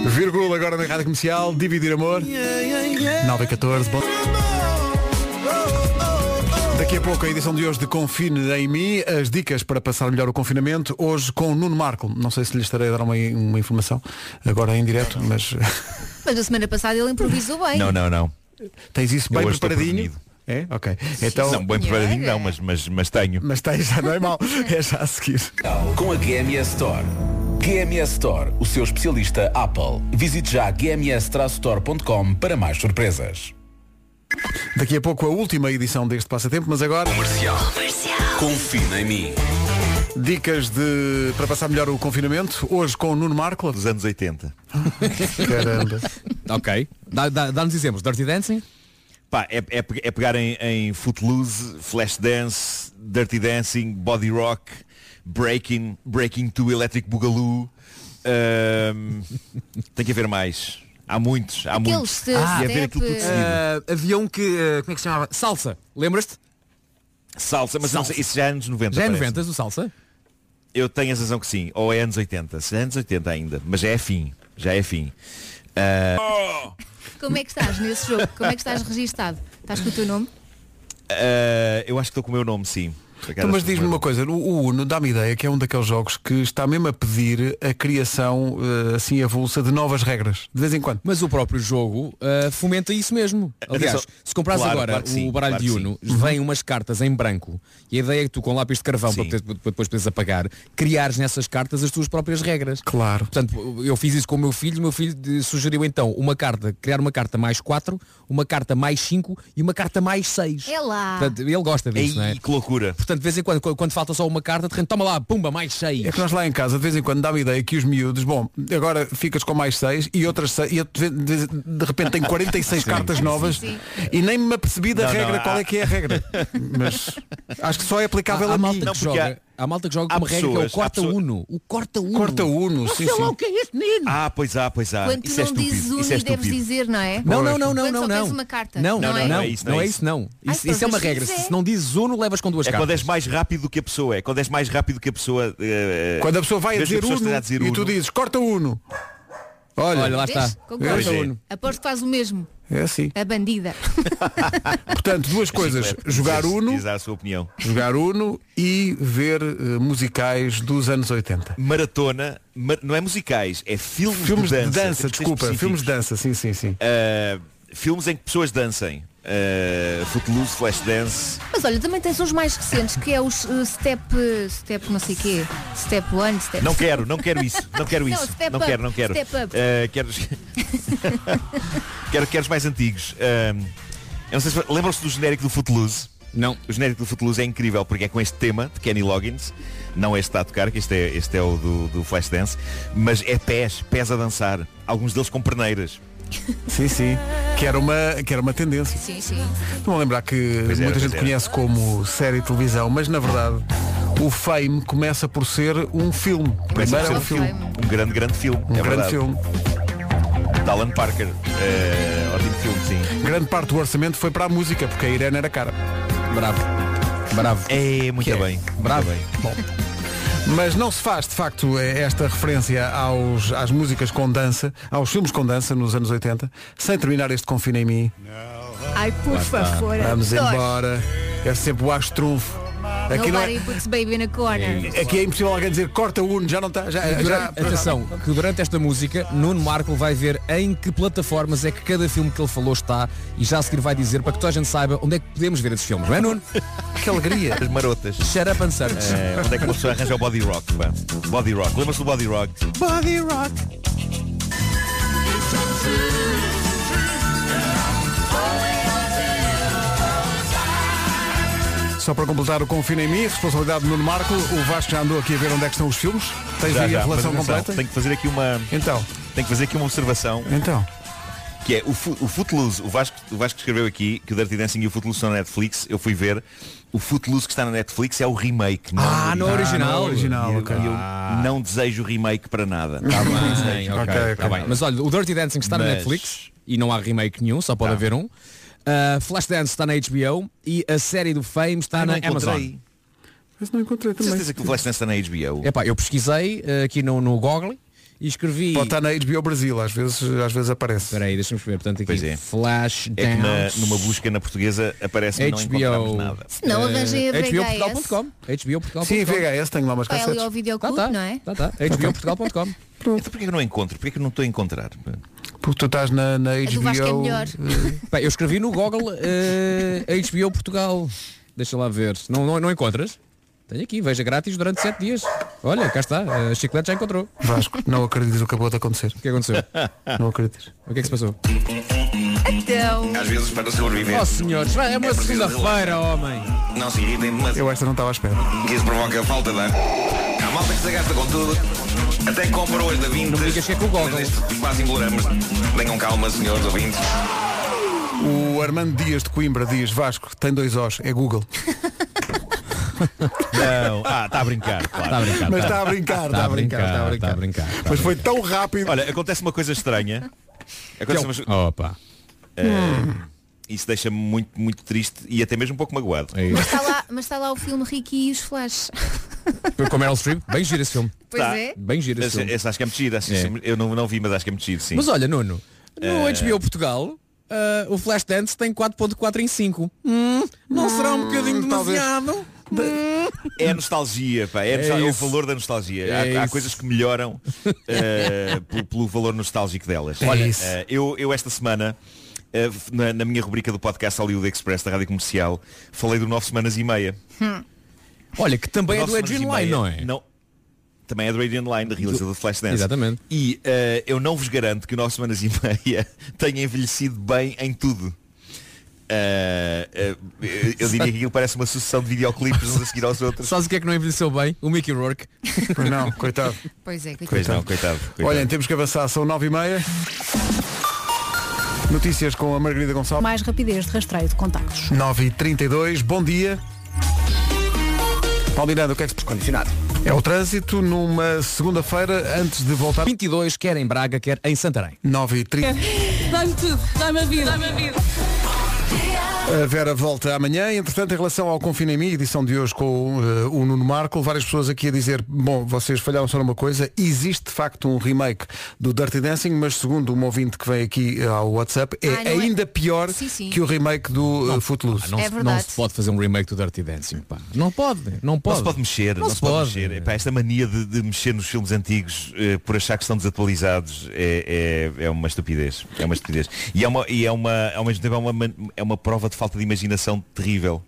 S4: não.
S1: Vírgula agora na Rádio Comercial, Dividir Amor. 9 e 14. Bom... Daqui a pouco a edição de hoje de Confine em Mim, as dicas para passar melhor o confinamento, hoje com o Nuno Marco. Não sei se lhe estarei a dar uma, uma informação agora em direto, mas
S5: Mas a semana passada ele improvisou bem.
S4: Não, não, não.
S1: tens isso bem
S4: Eu hoje estou
S1: preparadinho.
S4: prevenido.
S1: É? Ok. Então,
S4: não, bem preparadinho não, mas, mas, mas tenho.
S1: Mas tens, já não é mal. É já a seguir.
S16: Com a GMS Store. GMS Store, o seu especialista Apple. Visite já gms-store.com para mais surpresas.
S1: Daqui a pouco a última edição deste Passatempo, mas agora...
S16: Confina em mim.
S1: Dicas de para passar melhor o confinamento, hoje com o Nuno Marco.
S4: Dos anos 80.
S1: Caramba.
S7: Ok. Dá- dá- Dá-nos exemplos. Dirty Dancing?
S4: Pá, é, é, pe- é pegar em, em Footloose, Flashdance, Dirty Dancing, Body Rock, Breaking, Breaking to Electric Boogaloo. ahm, tem que haver mais. Há muitos, há
S5: Aqueles
S4: muitos.
S5: de
S4: Ah, e haver
S5: step,
S4: aquilo tudo
S5: eh,
S4: seguido.
S7: Ah, havia um que. ah, como é que se chamava? Salsa. Lembras-te?
S4: Salsa, mas não sei, isso já é anos 90.
S7: Já é
S4: parece.
S7: 90 do Salsa?
S4: Eu tenho a sensação que sim. Ou é anos 80. Se é anos 80 ainda. Mas já é fim. Já é fim. Ah,
S5: Como é que estás nesse jogo? Como é que estás registado? Estás com o teu nome?
S4: ah, eu acho que estou com o meu nome, sim. Por acaso
S1: Então, mas
S4: estou com o
S1: diz-me
S4: meu
S1: uma coisa, o, o Uno dá-me ideia que é um daqueles jogos que está mesmo a pedir a criação eh, assim avulsa de novas regras, de vez em quando.
S7: Mas o próprio jogo ah, fomenta isso mesmo. Aliás,
S1: Atenção.
S7: se comprares
S1: Claro,
S7: agora
S1: claro que sim,
S7: o baralho
S1: claro
S7: de
S1: que
S7: Uno,
S4: Uhum.
S1: sim.
S7: vêm umas cartas em branco e a ideia é que tu com lápis de carvão para, poderes- para depois poderes apagar, criares nessas cartas as tuas próprias regras.
S1: Claro.
S7: Portanto, eu fiz isso com o meu filho, o meu filho de- sugeriu então uma carta, criar uma carta mais 4, uma carta mais 5 e uma carta mais 6.
S5: É lá.
S7: Portanto, ele gosta disso,
S4: Ei,
S7: não é?
S4: que loucura.
S7: Portanto, de vez em quando, quando quando falta só uma carta, de repente toma lá, pumba, mais 6.
S1: É que nós lá em casa, de vez em quando, dá-me ideia que os miúdos, bom, agora ficas com mais seis e outras seis, e eu de, de- de repente tenho 46
S7: Sim.
S1: cartas
S7: Sim,
S1: novas
S7: sim.
S1: e nem me apercebi da
S7: Não, não,
S1: regra, qual é
S7: há-
S1: que é a regra. Mas acho que só é aplicável
S7: Há- há
S1: a
S7: malta
S1: mim.
S7: que Não, porque joga- há- há malta que joga há como regra que é o pessoas- há corta pessoas- uno. O corta uno.
S1: Corta uno,
S7: Não
S1: sim,
S7: sei lá
S1: sim.
S7: o que é este menino.
S4: Ah, pois há, pois há.
S5: Quando tu
S4: isso é
S5: não
S4: estúpido.
S5: dizes uno
S4: isso é
S5: e deves
S4: estúpido.
S5: dizer, não é?
S7: Não, não, não, não,
S5: Quando
S7: não,
S5: só
S7: não.
S5: tens uma carta.
S7: Não, não,
S5: é?
S7: não, não é isso, não. é isso, não.
S5: Ai,
S7: Isso, isso é uma
S5: talvez
S7: regra.
S5: quiser.
S7: Se não dizes uno, levas com duas
S4: É quando
S7: cartas.
S4: és mais rápido que a pessoa. É quando és mais rápido que a pessoa. eh,
S1: Quando a pessoa vai a
S4: vejo
S1: dizer
S4: pessoa
S1: uno
S4: esteja
S1: e tu dizes corta uno. Olha,
S7: Olha, lá está.
S5: Vês? Concordo.
S1: Vês, Uno?
S5: Aposto que faz o mesmo.
S1: É assim.
S5: A bandida.
S1: Portanto, duas coisas.
S7: é.
S1: Jogar Uno.
S4: Diz a sua opinião.
S1: Jogar Uno e ver eh, musicais dos anos 80.
S4: Maratona, ma- não é musicais, é filmes,
S1: Filmes
S4: de dança. temos que ser
S1: desculpa.
S4: específicos.
S1: Filmes de dança, sim, sim, sim.
S4: Ah, filmes em que pessoas dancem. Ah, Footloose, Flashdance.
S5: Mas olha, também tens os mais recentes, que é os eh, Step, eh, Step não sei quê, Step One, Step
S4: Não quero, não quero isso, não quero
S5: Não,
S4: isso.
S5: step
S4: Não
S5: up,
S4: quero, não quero.
S5: step up.
S4: Eh, quero, os- quero, quero os mais antigos. Eh, eu não sei se lembram-se do genérico do Footloose.
S7: Não.
S4: O genérico do Footloose é incrível porque é com este tema de Kenny Loggins. Não este que está a tocar, que este é, este é o do, do Flashdance. Mas é pés, pés a dançar. Alguns deles com perneiras.
S1: Sim, sim. Que era uma, que era uma tendência.
S5: Sim, sim.
S1: Estão a lembrar que
S4: Pois era,
S1: muita
S4: pois
S1: gente
S4: era.
S1: conhece como série de televisão, mas na verdade o Fame começa por ser um filme.
S4: Começa
S1: Primeiro
S4: por
S1: é um
S4: ser
S1: filme.
S4: Um grande, grande filme.
S1: Um
S4: é
S1: grande
S4: verdade.
S1: filme.
S4: De Alan Parker. Eh, ótimo filme, sim.
S1: Grande parte do orçamento foi para a música, porque a Irene era cara.
S7: Bravo. Bravo.
S4: É, muito
S1: Que é?
S4: bem. muito
S1: Bravo.
S4: bem.
S1: Bom. Mas não se faz, de facto, esta referência aos, às músicas com dança, aos filmes com dança nos anos 80, sem terminar este Confina em mim.
S5: Ai, por favor,
S1: Vamos
S5: adoro.
S1: embora. É sempre o astro trunfo. Aqui, não
S5: Nobody
S1: é,
S5: puts baby in a corner.
S1: aqui é impossível alguém dizer corta o uno, já não está. Já,
S7: E
S1: já,
S7: durante- atenção, que durante esta música, Nuno Marco vai ver em que plataformas é que cada filme que ele falou está e já a seguir vai dizer para que toda a gente saiba onde é que podemos ver esses filmes, não é Nuno?
S1: Que alegria.
S4: As marotas.
S7: Shut up and search.
S4: Eh, onde é que uma pessoa arranja o body rock? pá? Body rock. Lembra-se do body rock?
S1: Body rock. Só para completar o Confina em mim, responsabilidade do Nuno Marco, o Vasco já andou aqui a ver onde é que estão os filmes. Tens aí a relação
S4: mas atenção,
S1: completa?
S4: Tenho que fazer aqui uma.
S1: Então.
S4: Tenho que fazer aqui uma observação.
S1: Então.
S4: Que é o, fu- o Footloose, o Vasco, o Vasco escreveu aqui que o Dirty Dancing e o Footloose estão na Netflix, eu fui ver. O Footloose que está na Netflix é o remake, não
S7: Ah,
S4: o
S7: no original.
S4: E eu-
S1: original, Ah,
S4: e eu,
S1: ok.
S4: não desejo o remake para nada.
S7: Tá bem, ok,
S1: Ok,
S7: tá
S1: ok.
S7: bem. Mas olha, o Dirty Dancing está na
S4: Mas- Tá.
S7: Netflix e não há remake nenhum, só pode haver um. Uh, Flashdance está na HBO e a série do Fame está
S4: Ah,
S7: na
S4: não
S7: Amazon.
S4: encontrei.
S1: Mas não encontrei
S4: Com certeza
S1: também.
S4: que o Flashdance está na HBO.
S7: Epá, eu pesquisei uh, aqui no, no Google e escrevi...
S1: Pode tá- estar na HBO Brasil, às vezes, às vezes aparece.
S7: Espera aí, deixa-me ver. Portanto,
S4: Pois
S7: aqui
S4: é.
S7: Flashdance.
S4: É que na- numa busca na portuguesa aparece não encontramos
S7: HBO.
S4: nada.
S5: Se não,
S4: Eh,
S7: é
S5: arranjem a VHS.
S7: HBOportugal.com. HBOportugal.com.
S1: Sim, VHS, tenho lá umas
S5: Vai ali
S1: cassetes.
S5: ao videoclube,
S7: Tá, tá.
S5: não é?
S7: Tá, tá. HBOportugal.com.
S4: Então porquê que eu não encontro? Porquê que eu não estou a encontrar?
S1: Porque tu estás na, na
S5: A do Vasco é
S1: HBO.
S5: melhor.
S7: Bem, eu escrevi no Google eh, HBO Portugal. Deixa lá ver. Não, não, não encontras? Tenho aqui, veja grátis durante 7 dias. Olha, cá está. A chiclete já encontrou.
S1: Vasco, não acreditas o que acabou de acontecer.
S7: O que aconteceu?
S1: Não acreditas.
S7: O que é que se passou?
S5: Então,
S14: Às vezes para sobreviver.
S7: Oh senhores, vai, é uma
S14: É preciso
S7: segunda-feira, homem.
S14: Não se irritem mas
S1: Eu esta não estava à espera.
S14: que isso provoca falta de ar. A malta que se gasta com tudo. Até compra hoje da 20.
S7: me digas que é com o Google.
S14: Mas neste quase embolamos. Tenham calma, senhores ouvintes.
S1: O Armando Dias de Coimbra diz Vasco, tem dois Os, é Google.
S4: Não. Ah, está a brincar. Está a brincar.
S1: Mas está a brincar, está a brincar, está a brincar.
S7: tá. brincar.
S1: Mas foi tão rápido.
S4: Olha, acontece uma coisa estranha. Acontece uma...
S7: tá. Opa.
S4: Isso deixa-me muito, muito triste e até mesmo um pouco magoado.
S7: É isso.
S5: está lá, mas está lá o filme Ricky e os Flash.
S7: Com a Meryl Streep, é bem giro esse filme.
S5: Pois
S4: Tá.
S5: é.
S7: Bem giro esse
S4: Essa,
S7: filme.
S4: essa acho que é metida.
S7: É.
S4: Eu não, não vi, mas acho que é metida, sim.
S7: Mas olha, Nuno, no HBO Portugal, eh, o Flashdance tem 4.4 em 5. Hum, não será um bocadinho
S1: talvez.
S7: demasiado?
S4: Hum,
S7: Hum.
S4: É nostalgia, pá. É, nostal- é o
S7: isso.
S4: valor da nostalgia. Há-
S7: É
S4: há,
S7: isso.
S4: coisas que melhoram eh, pelo, pelo valor nostálgico
S7: É
S4: delas.
S1: Olha, isso.
S4: eh, eu, eu esta semana, eh, f- na, na minha rubrica do podcast Hollywood Express da Rádio Comercial, falei do 9 semanas e meia.
S7: Olha, que também é do
S4: Nove semanas
S7: Adrian
S4: e
S7: Line,
S4: meia.
S7: não é?
S4: Não. Também é do Adrian Line, da realizador do Flashdance.
S7: Exatamente.
S4: E eh, eu não vos garanto que o 9 semanas e meia tenha envelhecido bem em tudo. Eh, eh, eu- eu diria que aquilo parece uma sucessão de videoclipes uns a seguir aos outros.
S7: Sabes o que é que não envelheceu bem? O Mickey Rourke.
S1: Pois não, coitado.
S5: Pois é, coitado.
S4: Pois não, coitado. coitado.
S1: Olhem, temos que avançar, são nove e meia. Notícias com a Margarida Gonçalves.
S17: Mais rapidez de rastreio de contactos.
S1: 9 e 32 bom dia. Paulo Miranda, o que é que se...
S15: Condicionado.
S1: É o trânsito numa segunda-feira antes de voltar.
S7: 22, quer em Braga, quer em Santarém.
S1: 9 e 30
S17: Dá-me tudo, dá-me a vida. Dá-me a vida.
S1: A Vera volta amanhã. Entretanto, em relação ao confinamento, edição de hoje com eh, o Nuno Marco, várias pessoas aqui a dizer, bom, vocês falharam só numa coisa, existe de facto um remake do Dirty Dancing, mas segundo um ouvinte que vem aqui eh, ao WhatsApp, é
S5: Ah, não é?
S1: ainda pior
S5: Sim, sim.
S1: que o remake do eh, Footloose.
S4: Ah,
S7: Não,
S5: É
S7: se- não
S5: verdade.
S7: se pode fazer um remake do Dirty Dancing, pá. Não pode, não pode.
S4: Não se pode mexer, não, se pode, mexer. é Epá, esta mania de, de mexer nos filmes antigos eh, por achar que estão desatualizados é, é- é uma estupidez. É uma estupidez. E é uma, e é uma ao mesmo tempo é uma, man- é uma prova de falta de imaginação terrível.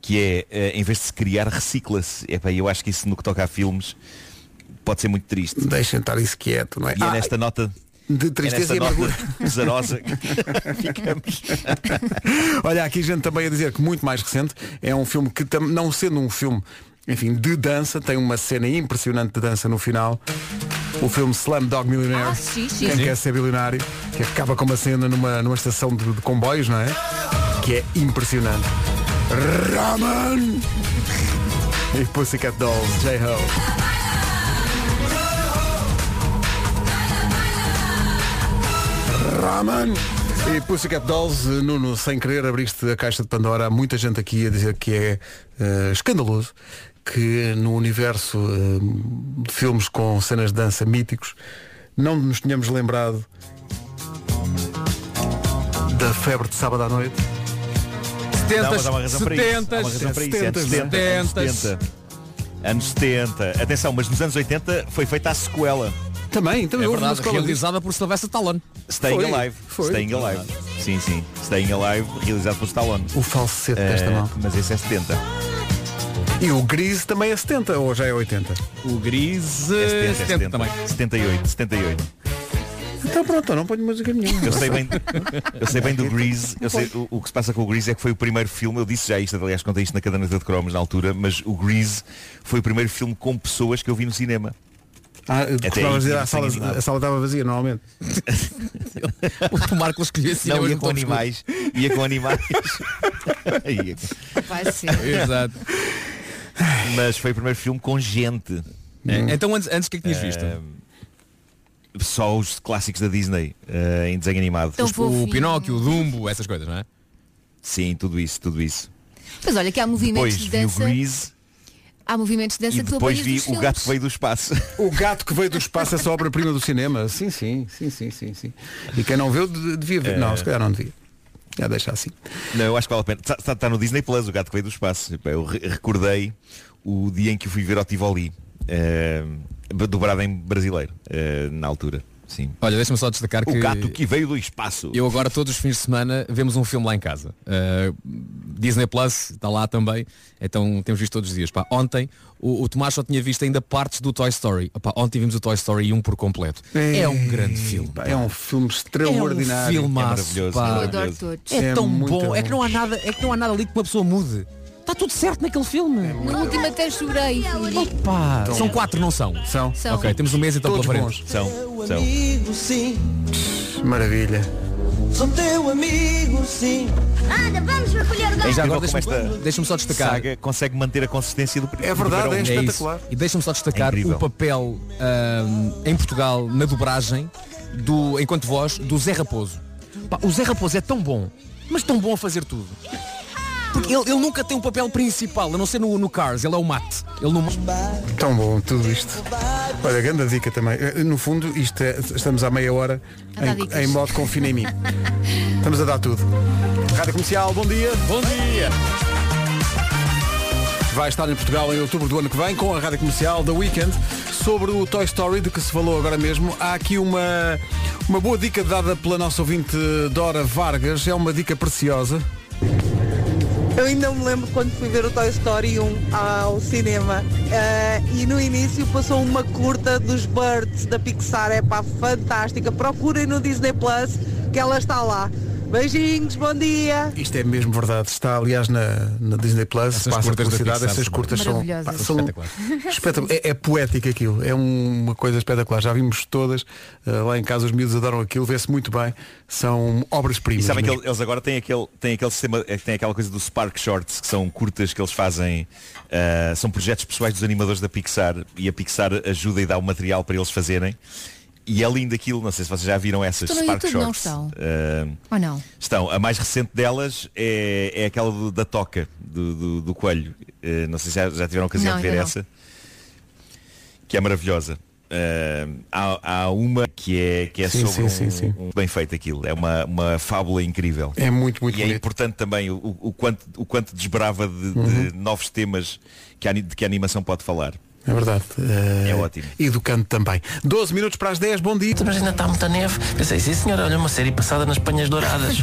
S4: Que é, eh, em vez de se criar, recicla-se. Epá, eu acho que isso no que toca a filmes pode ser muito triste.
S1: Deixem estar isso quieto, não é?
S4: E é
S1: Ah,
S4: nesta nota.
S1: de tristeza
S4: é nesta
S1: e amargura.
S4: nota pesarosa que ficamos.
S1: Olha, há aqui gente também a dizer que muito mais recente é um filme que, tam- não sendo um filme, enfim, de dança, tem uma cena impressionante de dança no final. O filme Slam Dog Millionaire.
S5: Ah, sim, sim.
S1: Quem
S5: Sim.
S1: quer ser bilionário, que acaba com uma cena numa, numa estação de, de comboios, não é? Que é impressionante. Raman! E Pussycat Dolls, J-Ho. Raman! E Pussycat Dolls, eh, Nuno, sem querer abriste a caixa de Pandora. Há muita gente aqui a dizer que é eh, escandaloso que no universo eh, de filmes com cenas de dança míticos não nos tínhamos lembrado da febre de sábado à noite.
S7: 70,
S4: Não, mas há uma razão para isso. Há uma razão para isso. É anos 70, anos 70. Anos 70. Atenção, mas nos anos 80 foi feita a sequela.
S1: Também, então
S7: É verdade, realizada por Sylvester Stallone.
S4: Staying Alive. Staying Alive. Sim, sim. Staying Alive, realizado por Stallone.
S1: O falsete desta mão.
S4: Mas esse é 70.
S1: E o Grise também é 70 ou já é 80?
S7: O Grise
S4: É 70, é
S7: 70
S4: 70.
S7: Eh, também.
S4: 78, 78.
S1: Então pronto, eu não ponho música nenhuma.
S4: Eu sei bem, eu sei bem do Grease. Eu sei, o, o que se passa com o Grease é que foi o primeiro filme, eu disse já isto, aliás, contei isto na caderneta de cromos na altura, mas o Grease foi o primeiro filme com pessoas que eu vi no cinema.
S1: Ah, eu
S4: Até
S1: costumava
S4: aí,
S1: dizer,
S4: tinha
S1: a sala,
S4: sangue
S1: a sala estava vazia normalmente.
S7: O Marco escolheu assim.
S4: Não,
S7: hoje
S4: ia
S7: no
S4: com
S7: Tom Escuro.
S4: animais. Ia com animais. Ia com-
S5: Vai ser.
S7: Exato.
S4: Mas foi o primeiro filme com gente.
S7: É, Então antes, antes o que é que
S4: Eh,
S7: tinhas visto?
S4: Só os clássicos da Disney eh, em desenho animado.
S5: Tão Os- o fofinho. Pinóquio,
S4: o Dumbo, essas coisas, não é? Sim, tudo isso, tudo isso.
S5: Mas olha que há movimentos
S4: Depois
S5: de
S4: vi o
S5: dança.
S4: Grease
S5: Há movimentos de dança
S4: e
S5: que tu
S4: depois
S5: apanhas
S4: vi
S5: dos
S4: o gato
S5: filmes.
S4: que veio do espaço.
S1: O gato que veio do espaço é só obra-prima do cinema. Sim, sim, sim, sim, sim, sim. E quem não viu de- devia ver. Não,
S4: É.
S1: se calhar não devia. Já deixa assim.
S4: Não, eu acho que vale a pena. Está no Disney Plus, o gato que veio do espaço. Epá, Eu re- recordei o dia em que eu fui ver ao Tivoli, eh, dobrado em brasileiro, eh, na altura. Sim.
S7: Olha, deixa-me só destacar que.
S4: O gato que veio do espaço.
S7: Eu agora todos os fins de semana vemos um filme lá em casa. Uh, Disney Plus está lá também. Então temos visto todos os dias. Pá, ontem o, o Tomás só tinha visto ainda partes do Toy Story. Opá, ontem vimos o Toy Story 1 por completo. É um grande filme.
S1: pá, É um filme extraordinário.
S7: É um filmaço, pá. É, tão bom. É que não há nada, é que não há nada ali que uma pessoa mude. Está tudo certo naquele filme.
S4: É
S5: No último até chorei.
S7: Pá,
S5: Então-
S7: são quatro, não são?
S1: São.
S5: São.
S7: Ok, temos um mês então
S1: Todos
S7: pela
S1: bons.
S7: frente.
S4: São.
S6: É Amigo sim,
S1: Maravilha.
S6: sou teu amigo sim.
S2: Anda, vamos recolher
S4: É
S7: Já
S4: incrível
S7: agora
S4: como
S7: deixa-me
S4: esta
S7: deixa-me só destacar. é
S4: saga consegue manter a consistência do
S1: É
S4: primeiro. do verão.
S7: isso. E deixa-me só destacar
S4: incrível.
S7: o papel ahm, em Portugal na dobragem do enquanto voz do Zé Raposo. Pá, o Zé Raposo é tão bom, mas tão bom a fazer tudo. Porque ele, ele nunca tem um papel principal, a não ser no, no Cars, ele é o mate. Ele não...
S1: Tão bom tudo isto. Olha, grande dica também. Eh, No fundo, isto é- estamos à meia hora
S5: A dar
S1: em,
S5: dicas.
S1: em modo confina em mim. Estamos a dar tudo. Rádio Comercial, bom dia.
S7: Bom dia.
S1: Vai estar em Portugal em outubro do ano que vem com a rádio comercial da Weekend sobre o Toy Story de que se falou agora mesmo. Há aqui uma, uma boa dica dada pela nossa ouvinte Dora Vargas. É uma dica preciosa.
S18: Eu ainda me lembro quando fui ver o Toy Story 1 ao cinema eh, e no início passou uma curta dos Birds da Pixar, é pá, fantástica. Procurem no Disney Plus que ela está lá. Beijinhos, bom dia!
S1: Isto é mesmo verdade. Está, aliás, na, na Disney Plus.
S7: Essas
S1: passa
S7: curtas da
S1: publicidade.
S7: Pixar
S1: Essas
S7: são
S1: curtas são,
S7: maravilhosas.
S1: pá,
S7: São
S1: são
S7: espetaculares.
S1: espetacular. É, é poético aquilo. É um- uma coisa espetacular. Já vimos todas. eh, lá em casa os miúdos adoram aquilo. Vê-se muito bem. São obras-primas.
S4: E sabem que
S1: mesmo.
S4: ele- eles agora têm aquele, têm aquele sistema, eh, têm aquela coisa do Spark Shorts, que são curtas que eles fazem, ah, são projetos pessoais dos animadores da Pixar e a Pixar ajuda e dá o material para eles fazerem. E é lindo aquilo, não sei se vocês já viram essas
S5: Estão no
S4: Spark
S5: YouTube, não
S4: Shorts.
S5: estão?
S4: Ah,
S5: Ou não?
S4: Estão. A mais recente delas é, é aquela do- da toca, do, do, do coelho. Eh, não sei se já, já tiveram ocasião
S5: Não,
S4: de ver
S5: ainda não.
S4: essa. Que é maravilhosa. Eh, há, há uma que é, que é
S1: Sim,
S4: sobre
S1: sim,
S4: um,
S1: sim, sim.
S4: um- bem feito aquilo. É uma, uma fábula incrível.
S1: É muito, muito
S4: E é
S1: bonito.
S4: importante também o, o- o quanto, o quanto desbrava de, de
S1: Uhum.
S4: novos temas que a, ani- de que a animação pode falar.
S1: É verdade.
S4: É ótimo.
S1: Educante também. 12 minutos para as 10, bom dia.
S11: Mas ainda está muita neve. Pensei, sim senhora, olha uma série passada nas Panhas Douradas.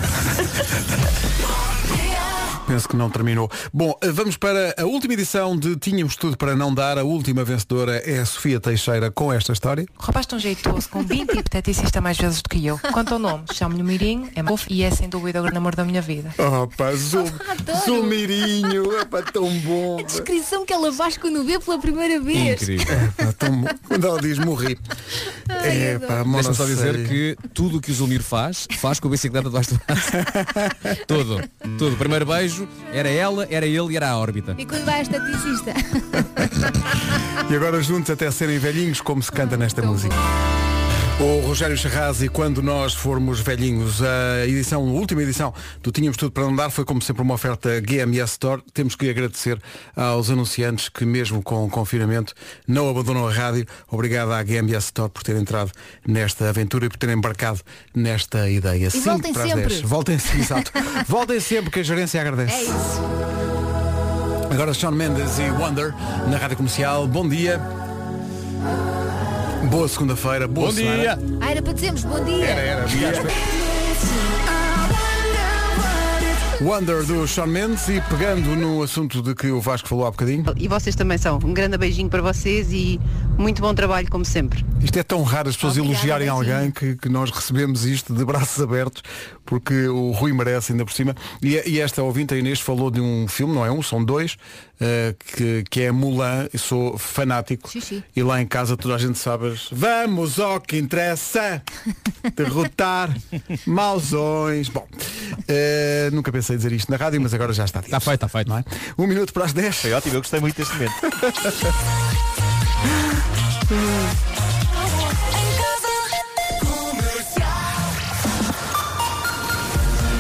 S1: Penso que não terminou. Bom, eh, vamos para a última edição de Tínhamos Tudo para Não Dar. A última vencedora é a Sofia Teixeira com esta história.
S19: O rapaz tão jeitoso, com 20 e esteticista mais vezes do que eu. Quanto ao nome, chamo-lhe Mirim, é mofo e é sem dúvida o grande amor da minha vida.
S1: Opa, Zul-
S5: Adoro.
S1: Zulmirinho, epá, tão bom.
S5: Descrição que ela faz quando vê pela primeira vez.
S1: Epá, tão bom. Quando ela diz morri. Epá,
S7: Deixa-me só
S1: monocelha.
S7: dizer que tudo o que o Zulmir faz, faz com a bicicleta debaixo do braço. tudo, tudo. Primeiro beijo, era ela, era ele e era a órbita.
S5: E quando vai a esteticista?
S1: E agora juntos até serem velhinhos, como se canta nesta música. O Rogério Charraz e quando nós formos velhinhos, a edição, a última edição do Tínhamos Tudo para Não Dar foi como sempre uma oferta GMS Store. Temos que agradecer aos anunciantes que mesmo com o confinamento não abandonam a rádio. Obrigado à GMS Store por ter entrado nesta aventura e por ter embarcado nesta ideia.
S5: E
S1: Cinco
S5: voltem
S1: para as
S5: sempre.
S1: dez. Voltem sempre, exato. voltem sempre que a gerência agradece.
S5: É isso.
S1: Agora Sean Mendes e Wonder na Rádio Comercial. Bom dia. Boa segunda-feira, boa
S5: Bom
S1: semana.
S5: dia. Ah, era para dizermos bom dia.
S1: Era, era. Fiquei à espera. Wonder do Sean Mendes e pegando no assunto de que o Vasco falou há bocadinho.
S20: E vocês também são. Um grande beijinho para vocês e muito bom trabalho, como sempre.
S1: Isto é tão raro as pessoas elogiarem alguém que, que nós recebemos isto de braços abertos, porque o Rui merece ainda por cima. E, e esta ouvinte, a Inês, falou de um filme, não é um, são dois, eh, que, que é Mulan, eu sou fanático. E lá em casa toda a gente sabe, as, vamos ao que interessa, derrotar mauzões. Bom, eh, nunca pensei dizer isto na rádio, mas agora já está dito.
S7: Tá
S1: Está feito, está feito. Não é? Um minuto para as 10. Foi
S4: ótimo, eu gostei muito deste momento.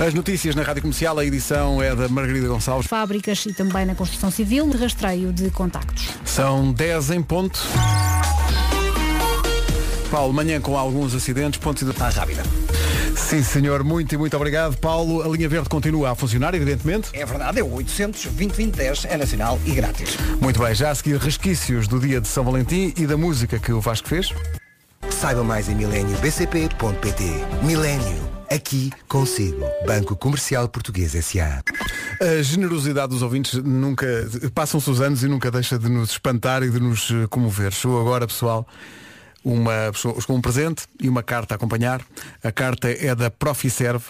S1: As notícias na Rádio Comercial, a edição é da Margarida Gonçalves.
S17: Fábricas e também na construção civil, de rastreio de contactos.
S1: São 10 em ponto. Paulo, manhã com alguns acidentes, pontos de
S15: Ah,
S1: está rápida. Sim, senhor, muito e muito obrigado. Paulo, a linha verde continua a funcionar, evidentemente.
S15: É verdade, é o 800 2010 é nacional e grátis.
S1: Muito bem, já a seguir resquícios do dia de São Valentim e da música que o Vasco fez.
S21: Saiba mais em mileniobcp.pt. Milênio, aqui consigo. Banco Comercial Português S.A.
S1: A generosidade dos ouvintes nunca. Passam-se os anos e nunca deixa de nos espantar e de nos eh, comover. Chegou agora, pessoal, uma pessoa com um presente e uma carta a acompanhar. A carta é da Profiserve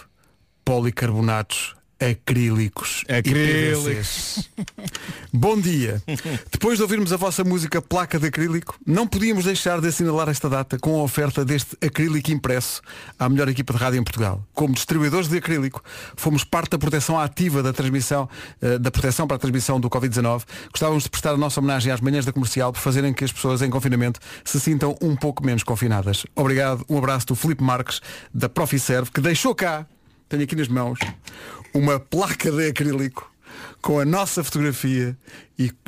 S1: Policarbonatos Acrílicos. e
S7: Acrílicos.
S1: PVCs. Bom dia. Depois de ouvirmos a vossa música Placa de Acrílico, não podíamos deixar de assinalar esta data com a oferta deste acrílico impresso à melhor equipa de rádio em Portugal. Como distribuidores de acrílico, fomos parte da proteção ativa da transmissão, eh, da proteção para a transmissão do Covid-19. Gostávamos de prestar a nossa homenagem às manhãs da comercial por fazerem que as pessoas em confinamento se sintam um pouco menos confinadas. Obrigado. Um abraço do Filipe Marques, da Profiserve, que deixou cá, tenho aqui nas mãos, uma placa de acrílico com a nossa fotografia e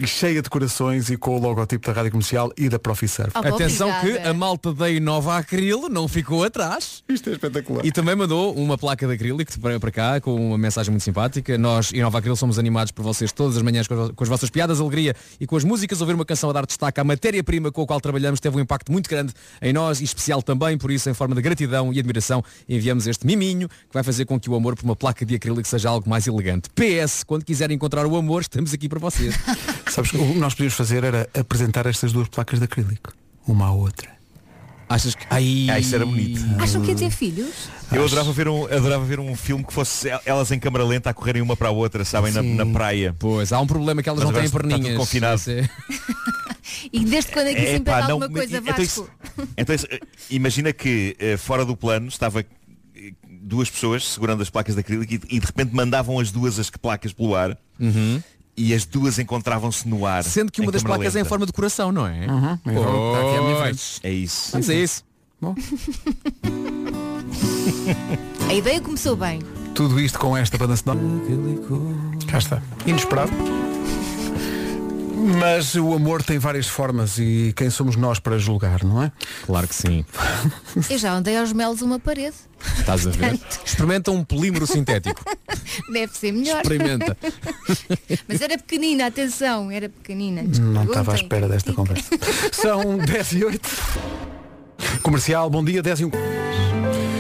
S1: e cheia de corações e com o logotipo da Rádio Comercial e da Profiserve.
S7: Oh. Atenção que a malta da Inova Acril não ficou atrás.
S1: Isto é espetacular.
S7: E também mandou uma placa de acrílico para, para cá com uma mensagem muito simpática. Nós, Inova Acril, somos animados por vocês todas as manhãs com as, vo- com as vossas piadas, alegria e com as músicas. Ouvir uma canção a dar destaque à matéria-prima com a qual trabalhamos teve um impacto muito grande em nós e especial também. Por isso, em forma de gratidão e admiração, enviamos este miminho que vai fazer com que o amor por uma placa de acrílico seja algo mais elegante. PS, quando quiserem encontrar o amor, estamos aqui para vocês.
S1: Sabes, o que nós podíamos fazer era apresentar estas duas placas de acrílico, uma à outra.
S7: Achas que. Ai...
S4: Ah, isso era bonito.
S5: Acham que ia ter filhos?
S4: Eu adorava ver, um, adorava ver um filme que fosse el- elas em câmara lenta a correrem uma para a outra, sabem, na, na praia.
S7: Pois, há um problema que elas não têm perninhas.
S4: confinado.
S5: E desde quando é que isso
S4: Epá,
S5: impede
S4: não,
S5: alguma
S4: mas
S5: coisa,
S4: então
S5: Vasco?
S4: isso- Então, isso, eh, imagina que eh, fora do plano estava eh, duas pessoas segurando as placas de acrílico e, e de repente mandavam as duas as placas pelo ar e as duas encontravam-se no ar.
S7: Uhum. Sendo que uma
S4: em
S7: das
S4: câmara
S7: placas
S4: lenta.
S7: é em forma de coração, não é?
S1: Uhum. Está aqui à minha frente.
S7: Pois.
S4: É isso.
S7: Vamos a isso.
S1: Bom.
S5: A ideia começou bem.
S1: Tudo isto com esta banda sonora. Cá está. Inesperado. Mas o amor tem várias formas e quem somos nós para julgar, não é?
S7: Claro que sim.
S5: Eu já andei aos melos uma parede.
S7: Estás a ver?
S5: Portanto.
S7: Experimenta um polímero sintético.
S5: Deve ser melhor.
S7: Experimenta.
S5: Mas era pequenina, atenção, era pequenina.
S1: Não estava à
S5: Perguntem.
S1: espera desta conversa. São 10 e 8. Comercial, bom dia, 10 e 1.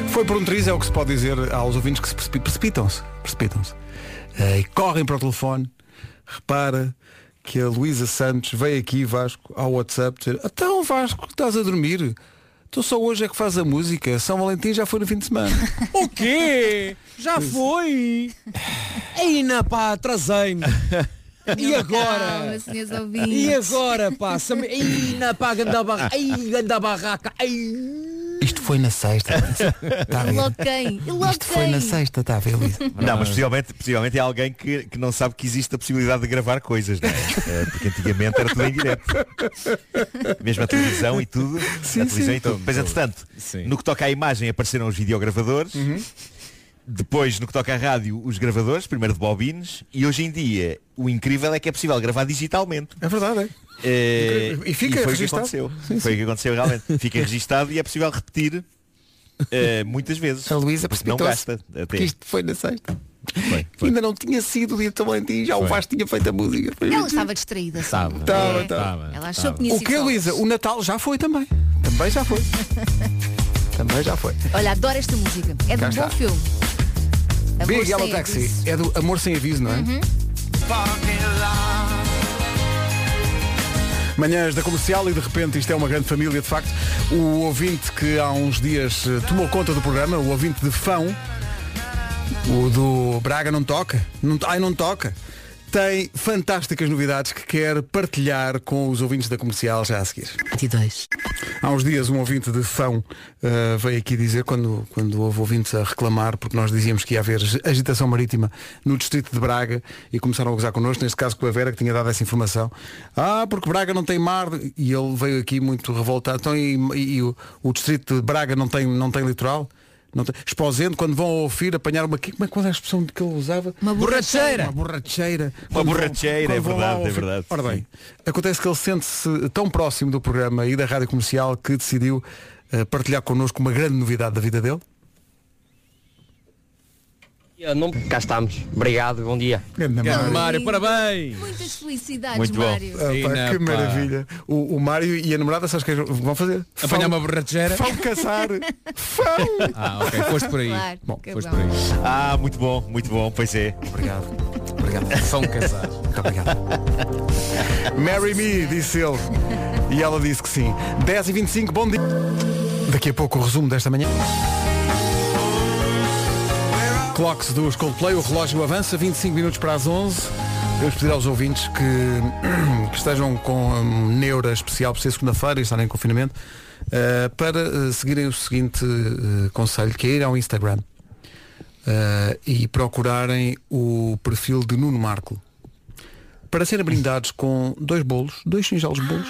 S1: Foi por um triz, é o que se pode dizer aos ouvintes que se precipi- precipitam-se. Precipitam-se. Eh, e correm para o telefone. Repara que a Luísa Santos veio aqui, Vasco, ao WhatsApp, dizer Então Vasco, estás a dormir? Tu só hoje é que faz a música. São Valentim já foi no fim de semana.
S7: o quê? Já foi? Ainda pá, atrasei-me. E agora?
S5: Calma, senhores ouvintes.
S7: E agora, pá? Sam- Ei, na pá, ganda barraca. Ei, ganda barraca. Ei.
S1: Isto foi na sexta. Está a ver?
S5: Logo quem? Logo
S1: Isto foi na
S5: quem?
S1: sexta, está a ver, Luísa?
S4: Não, mas possivelmente, possivelmente é alguém que, que não sabe que existe a possibilidade de gravar coisas, não é? Eh, Porque antigamente era tudo em direto. Mesmo a televisão e tudo.
S14: Sim,
S4: a televisão
S14: sim.
S4: e tudo. Pois entretanto, no que toca à imagem apareceram os videogravadores. Depois, no que toca à rádio, os gravadores, primeiro de bobines, e hoje em dia o incrível é que é possível gravar digitalmente.
S1: É verdade, é?
S4: Eh,
S1: E fica
S4: foi o que
S1: registado.
S4: aconteceu.
S1: Sim,
S4: Foi o
S1: sim.
S4: que aconteceu realmente. Fica registado e é possível repetir eh, muitas vezes.
S1: A Luísa
S4: Porque não
S1: precipitou-se,
S4: gasta. até.
S1: porque isto foi na sexta. Ainda não tinha sido o dia de São Valentim, já o Vasco tinha feito a música.
S5: Ela estava distraída.
S1: Estava,
S5: É.
S1: estava.
S5: Ela achou que tinha
S1: O
S5: sido
S1: que,
S5: só-
S1: Luísa? O Natal já foi também. Também já foi. também já foi.
S5: Olha, adoro esta música. É de
S1: Cá
S5: um
S1: está.
S5: bom filme. Amor
S1: Big
S5: Sem
S1: Yellow Taxi.
S5: Aviso.
S1: É do Amor Sem Aviso, não é?
S5: Uhum.
S1: Manhãs da comercial e de repente isto é uma grande família, de facto. O ouvinte que há uns dias eh, tomou conta do programa, o ouvinte de Fão, o do Braga não toca, não, ai não toca, tem fantásticas novidades que quer partilhar com os ouvintes da comercial já a seguir.
S3: 22.
S1: Há uns dias um ouvinte de Fão eh, veio aqui dizer, quando, quando houve ouvintes a reclamar, porque nós dizíamos que ia haver agitação marítima no distrito de Braga e começaram a gozar connosco, neste caso com a Vera que tinha dado essa informação. Ah, porque Braga não tem mar e ele veio aqui muito revoltado. Então, e, e- e o, o distrito de Braga não tem, não tem litoral? Não tem... Exposendo, quando vão ao ouvir apanhar uma... que- Como é que qual é a expressão que ele usava?
S5: Uma borracheira.
S1: Uma borracheira.
S4: Uma
S1: Quando vão-
S4: borracheira, é
S1: quando vão lá
S4: verdade,
S1: ao
S4: é
S1: Fir-
S4: verdade.
S1: Ora bem, acontece que ele sente-se tão próximo do programa e da rádio comercial que decidiu eh, partilhar connosco uma grande novidade da vida dele.
S22: Eu não- Cá estamos. Obrigado, bom dia.
S1: Mário.
S7: Mário, parabéns!
S5: Muitas felicidades,
S22: Muito bom.
S5: Mário.
S1: Ah, pá,
S7: Sim,
S4: né,
S1: que
S7: pá.
S1: maravilha. O, o Mário e a namorada, sabes o que é que vão fazer?
S7: Apanhar uma borracheira.
S1: Vão caçar. Fão!
S7: Ah, ok, foste por aí.
S5: Claro,
S7: Bom,
S5: que
S7: foste
S5: bom.
S7: por aí.
S4: Ah, muito bom, muito bom, pois é.
S1: Obrigado. Obrigado.
S7: São casados.
S1: Muito obrigado. Marry me, disse ele. E ela disse que sim. 10 e 25 bom dia. Daqui a pouco o resumo desta manhã. Clocks dos Coldplay, o relógio avança, 25 minutos para as 11. Vamos pedir aos ouvintes que, que estejam com hum, neura especial por ser segunda-feira e estarem em confinamento, eh, para eh, seguirem o seguinte eh, conselho, que é ir ao Instagram eh, e procurarem o perfil de Nuno Marco para serem brindados com dois bolos, dois singelos bolos.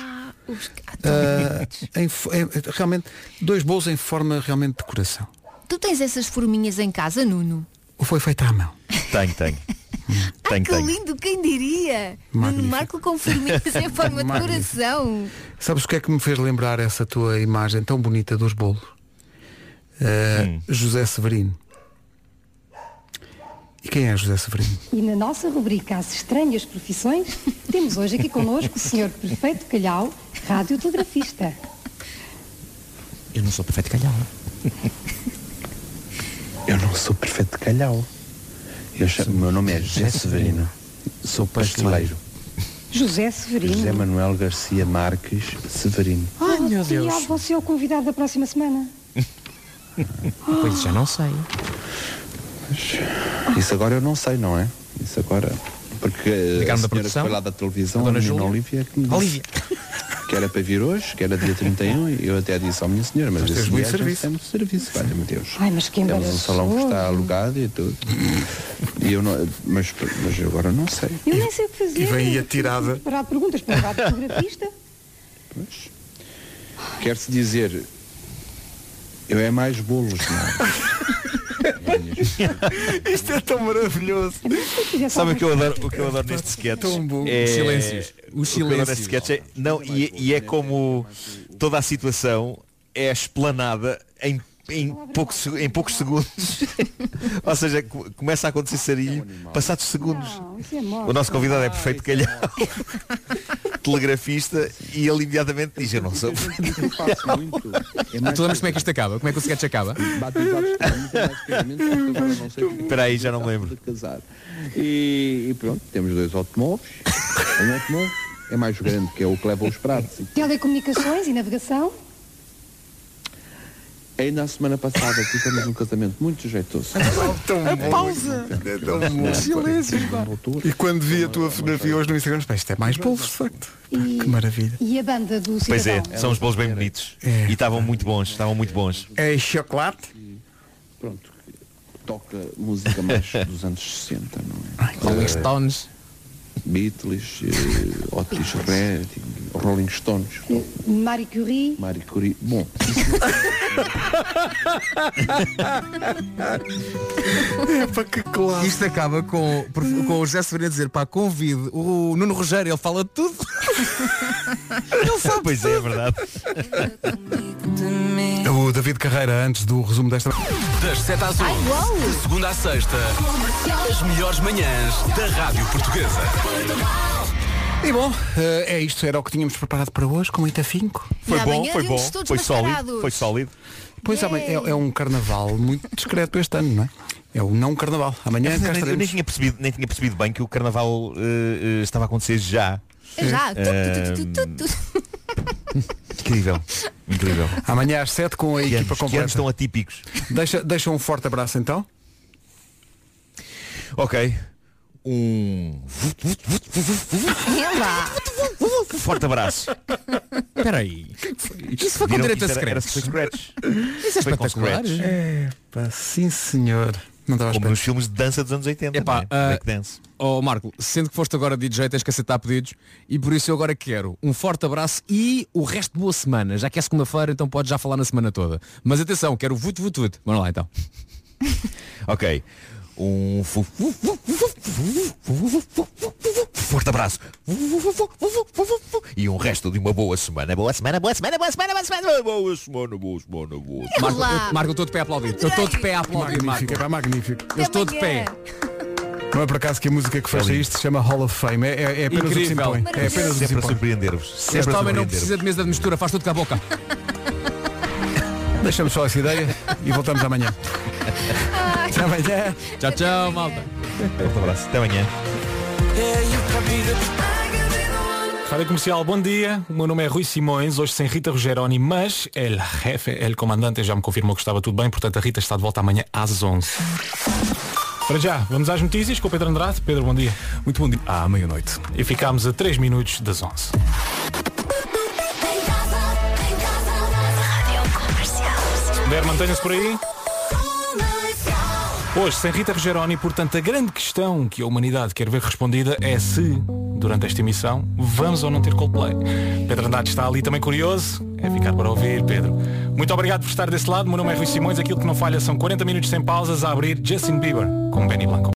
S5: Os- ah,
S1: Ah, em fo- em- realmente, dois bolos em forma realmente de coração.
S5: Tu tens essas forminhas em casa, Nuno? Ah,
S1: Ou foi feita à mão?
S4: Tenho, tenho. tenho,
S5: Que lindo, quem diria?
S1: Magnífico.
S5: Nuno Marco com forminhas em forma de
S1: Magnífico.
S5: coração.
S1: Sabes o que é que me fez lembrar essa tua imagem tão bonita dos bolos? Ah, José Severino. E quem é José Severino?
S23: E na nossa rubrica As Estranhas Profissões, temos hoje aqui connosco o Sr. Prefeito Calhau, radiotelegrafista.
S24: Eu não sou perfeito calhau. Eu não sou perfeito calhau. Eu chamo- meu nome é José Severino. Sou pasteleiro.
S23: José Severino.
S24: José Manuel Garcia Marques Severino.
S23: Ai,
S24: meu Deus.
S23: você é o convidado da próxima semana.
S24: Pois já não sei. Isso agora eu não sei, não é? Isso agora. Porque eh, a
S7: Ligaram da
S24: senhora que
S7: produção?
S24: foi lá da televisão,
S7: A
S24: a,
S7: dona
S24: menina
S7: Júlia?
S24: Olivia, que me disse
S7: Olivia.
S24: que era para vir hoje, que era dia 31, e eu até disse ao minha senhora, mas Mas tens esse muito dia já serviço. Temos serviço, valha meu Deus.
S23: Ai, mas que
S24: Temos um
S23: embaraçoso.
S24: salão que está alugado e tudo. E eu não, mas, mas eu agora não sei.
S23: Eu nem sei o que fazer.
S24: E vem aí a tirada.
S23: Preparar perguntas para um radiotelegrafista.
S24: Quer-se dizer Eu é mais bolos,
S1: Isto é tão maravilhoso.
S4: Sabe o que eu adoro, o que eu adoro neste sketch?
S1: Tão bom.
S4: É,
S1: Os silêncios.
S4: O
S1: Os
S4: que eu adoro neste
S1: silêncios.
S4: sketch é, não, e, e é como toda a situação é explanada em, em, poucos, seg- em poucos segundos. Ou seja, co- começa a acontecer sarilho passados segundos.
S23: Isso é morte.
S4: O nosso convidado é perfeito calhau. Telegrafista e ele imediatamente diz, eu não sou perfeito calhau.
S7: tu lembras como é que isto acaba? Como é que o sketch acaba?
S24: é
S4: Espera aí, já não me lembro.
S24: E, e pronto, temos dois automóveis. Um automóvel é mais grande, que é o que leva os pratos.
S23: Telecomunicações e navegação.
S24: Ainda a semana passada tivemos um casamento muito jeitoso.
S1: A pausa.
S23: Silêncios, pá.
S1: E quando vi a tua fotografia hoje no Instagram, pá, isto é mais polvo, de facto.
S23: E,
S1: Que maravilha.
S23: e a banda do
S4: Pois é,
S23: cidadão.
S4: são os bolos bem bonitos. E estavam muito bons, estavam muito bons.
S1: É chocolate?
S24: Pronto, toca música mais dos anos 60, não é?
S7: Rolling
S24: Eh,
S7: Stones.
S24: Beatles, eh, Otis Redding, Rolling Stones,
S4: é.
S23: Marie Curie.
S24: Marie Curie. Bom,
S1: É para que claro.
S7: Isto acaba com, com o José Severino a dizer, pá, convide o Nuno Rogério, ele fala de tudo. ele sabe
S4: Pois é, é verdade.
S1: O David Carreira, antes do resumo desta.
S3: Das 7 às 11, de segunda à sexta, as melhores manhãs da Rádio Portuguesa.
S1: E bom, eh, é isto, era o que tínhamos preparado para hoje, com muito afinco.
S4: Foi bom, foi bom, foi sólido, foi sólido.
S1: Pois amanhã é, é um carnaval muito discreto este ano, não é? É o não carnaval. Amanhã
S4: Eu
S1: cá
S4: nem, eu nem
S1: estaremos.
S4: tinha percebido, nem tinha percebido bem que o carnaval eh, eh, estava a acontecer já.
S5: É já. Tu, tu, tu, tu,
S4: Ahm,
S5: tu, tu.
S4: incrível, incrível.
S1: Amanhã às 7 com a
S4: Que
S1: equipa
S4: anos, que
S1: completa.
S4: anos tão atípicos.
S1: Deixa, deixa um forte abraço então.
S4: Ok. Um
S5: É lá.
S4: forte abraço.
S7: Espera aí. Isso foi com
S4: Viram
S7: direito
S4: que
S7: a
S4: isto era- era
S7: secretos.
S4: super scratch.
S7: Isso é
S4: Foi com
S7: espetacular.
S4: scratch.
S1: É, pá, sim senhor. Não estava à
S4: Como
S1: espera.
S4: nos filmes de dança dos anos 80.
S7: Epá,
S4: não é?
S7: ah,
S4: Breakdance.
S7: Oh Marco, sendo que foste agora DJ tens que aceitar pedidos e por isso eu agora quero um forte abraço e o resto de boa semana, já que é segunda-feira, então podes já falar na semana toda. Mas atenção, quero vut vut vut. Bora lá então.
S4: Ok. Um fu- fu- fu- fu- fu- fu- fu- fu- forte abraço e um resto de uma boa semana. Boa semana, boa semana, boa semana, boa semana, boa semana, boa semana, boa semana.
S7: Marco, eu, Marco, eu estou de pé a aplaudir. Eu estou de pé a aplaudir, Marco.
S1: Magnífico, é pá, magnífico.
S7: Eu estou de pé.
S1: Não é por acaso que a música que fecha isto se chama Hall of Fame. É, é- é apenas o que se
S7: Incrível.
S1: impõe. É apenas o que se
S4: Sempre a
S1: impõe.
S4: surpreender-vos. Sempre a
S7: Este homem não
S4: surpreender-vos.
S7: precisa de mesa de mistura, faz tudo com a boca.
S4: assim.
S1: Deixamos só essa ideia e voltamos amanhã. Até amanhã.
S7: Tchau, tchau, malta.
S4: Forte abraço. Até amanhã.
S8: Rádio Comercial, bom dia. O meu nome é Rui Simões, hoje sem Rita Rogeroni, mas el jefe, el comandante já me confirmou que estava tudo bem, portanto a Rita está de volta amanhã às 11. Para já, vamos às notícias com o Pedro Andrade. Pedro, bom dia. Muito bom dia.
S4: Ah,
S8: À meia-noite. E ficámos a 3 minutos das 11. Der, mantenha-se por aí. Hoje, sem Rita Rogeroni, portanto, a grande questão que a humanidade quer ver respondida é se, durante esta emissão, vamos ou não ter Coldplay. Pedro Andrade está ali também curioso. É ficar para ouvir, Pedro. Muito obrigado por estar desse lado. Meu nome é Rui Simões. Aquilo que não falha são 40 minutos sem pausas a abrir Justin Bieber com Benny Blanco.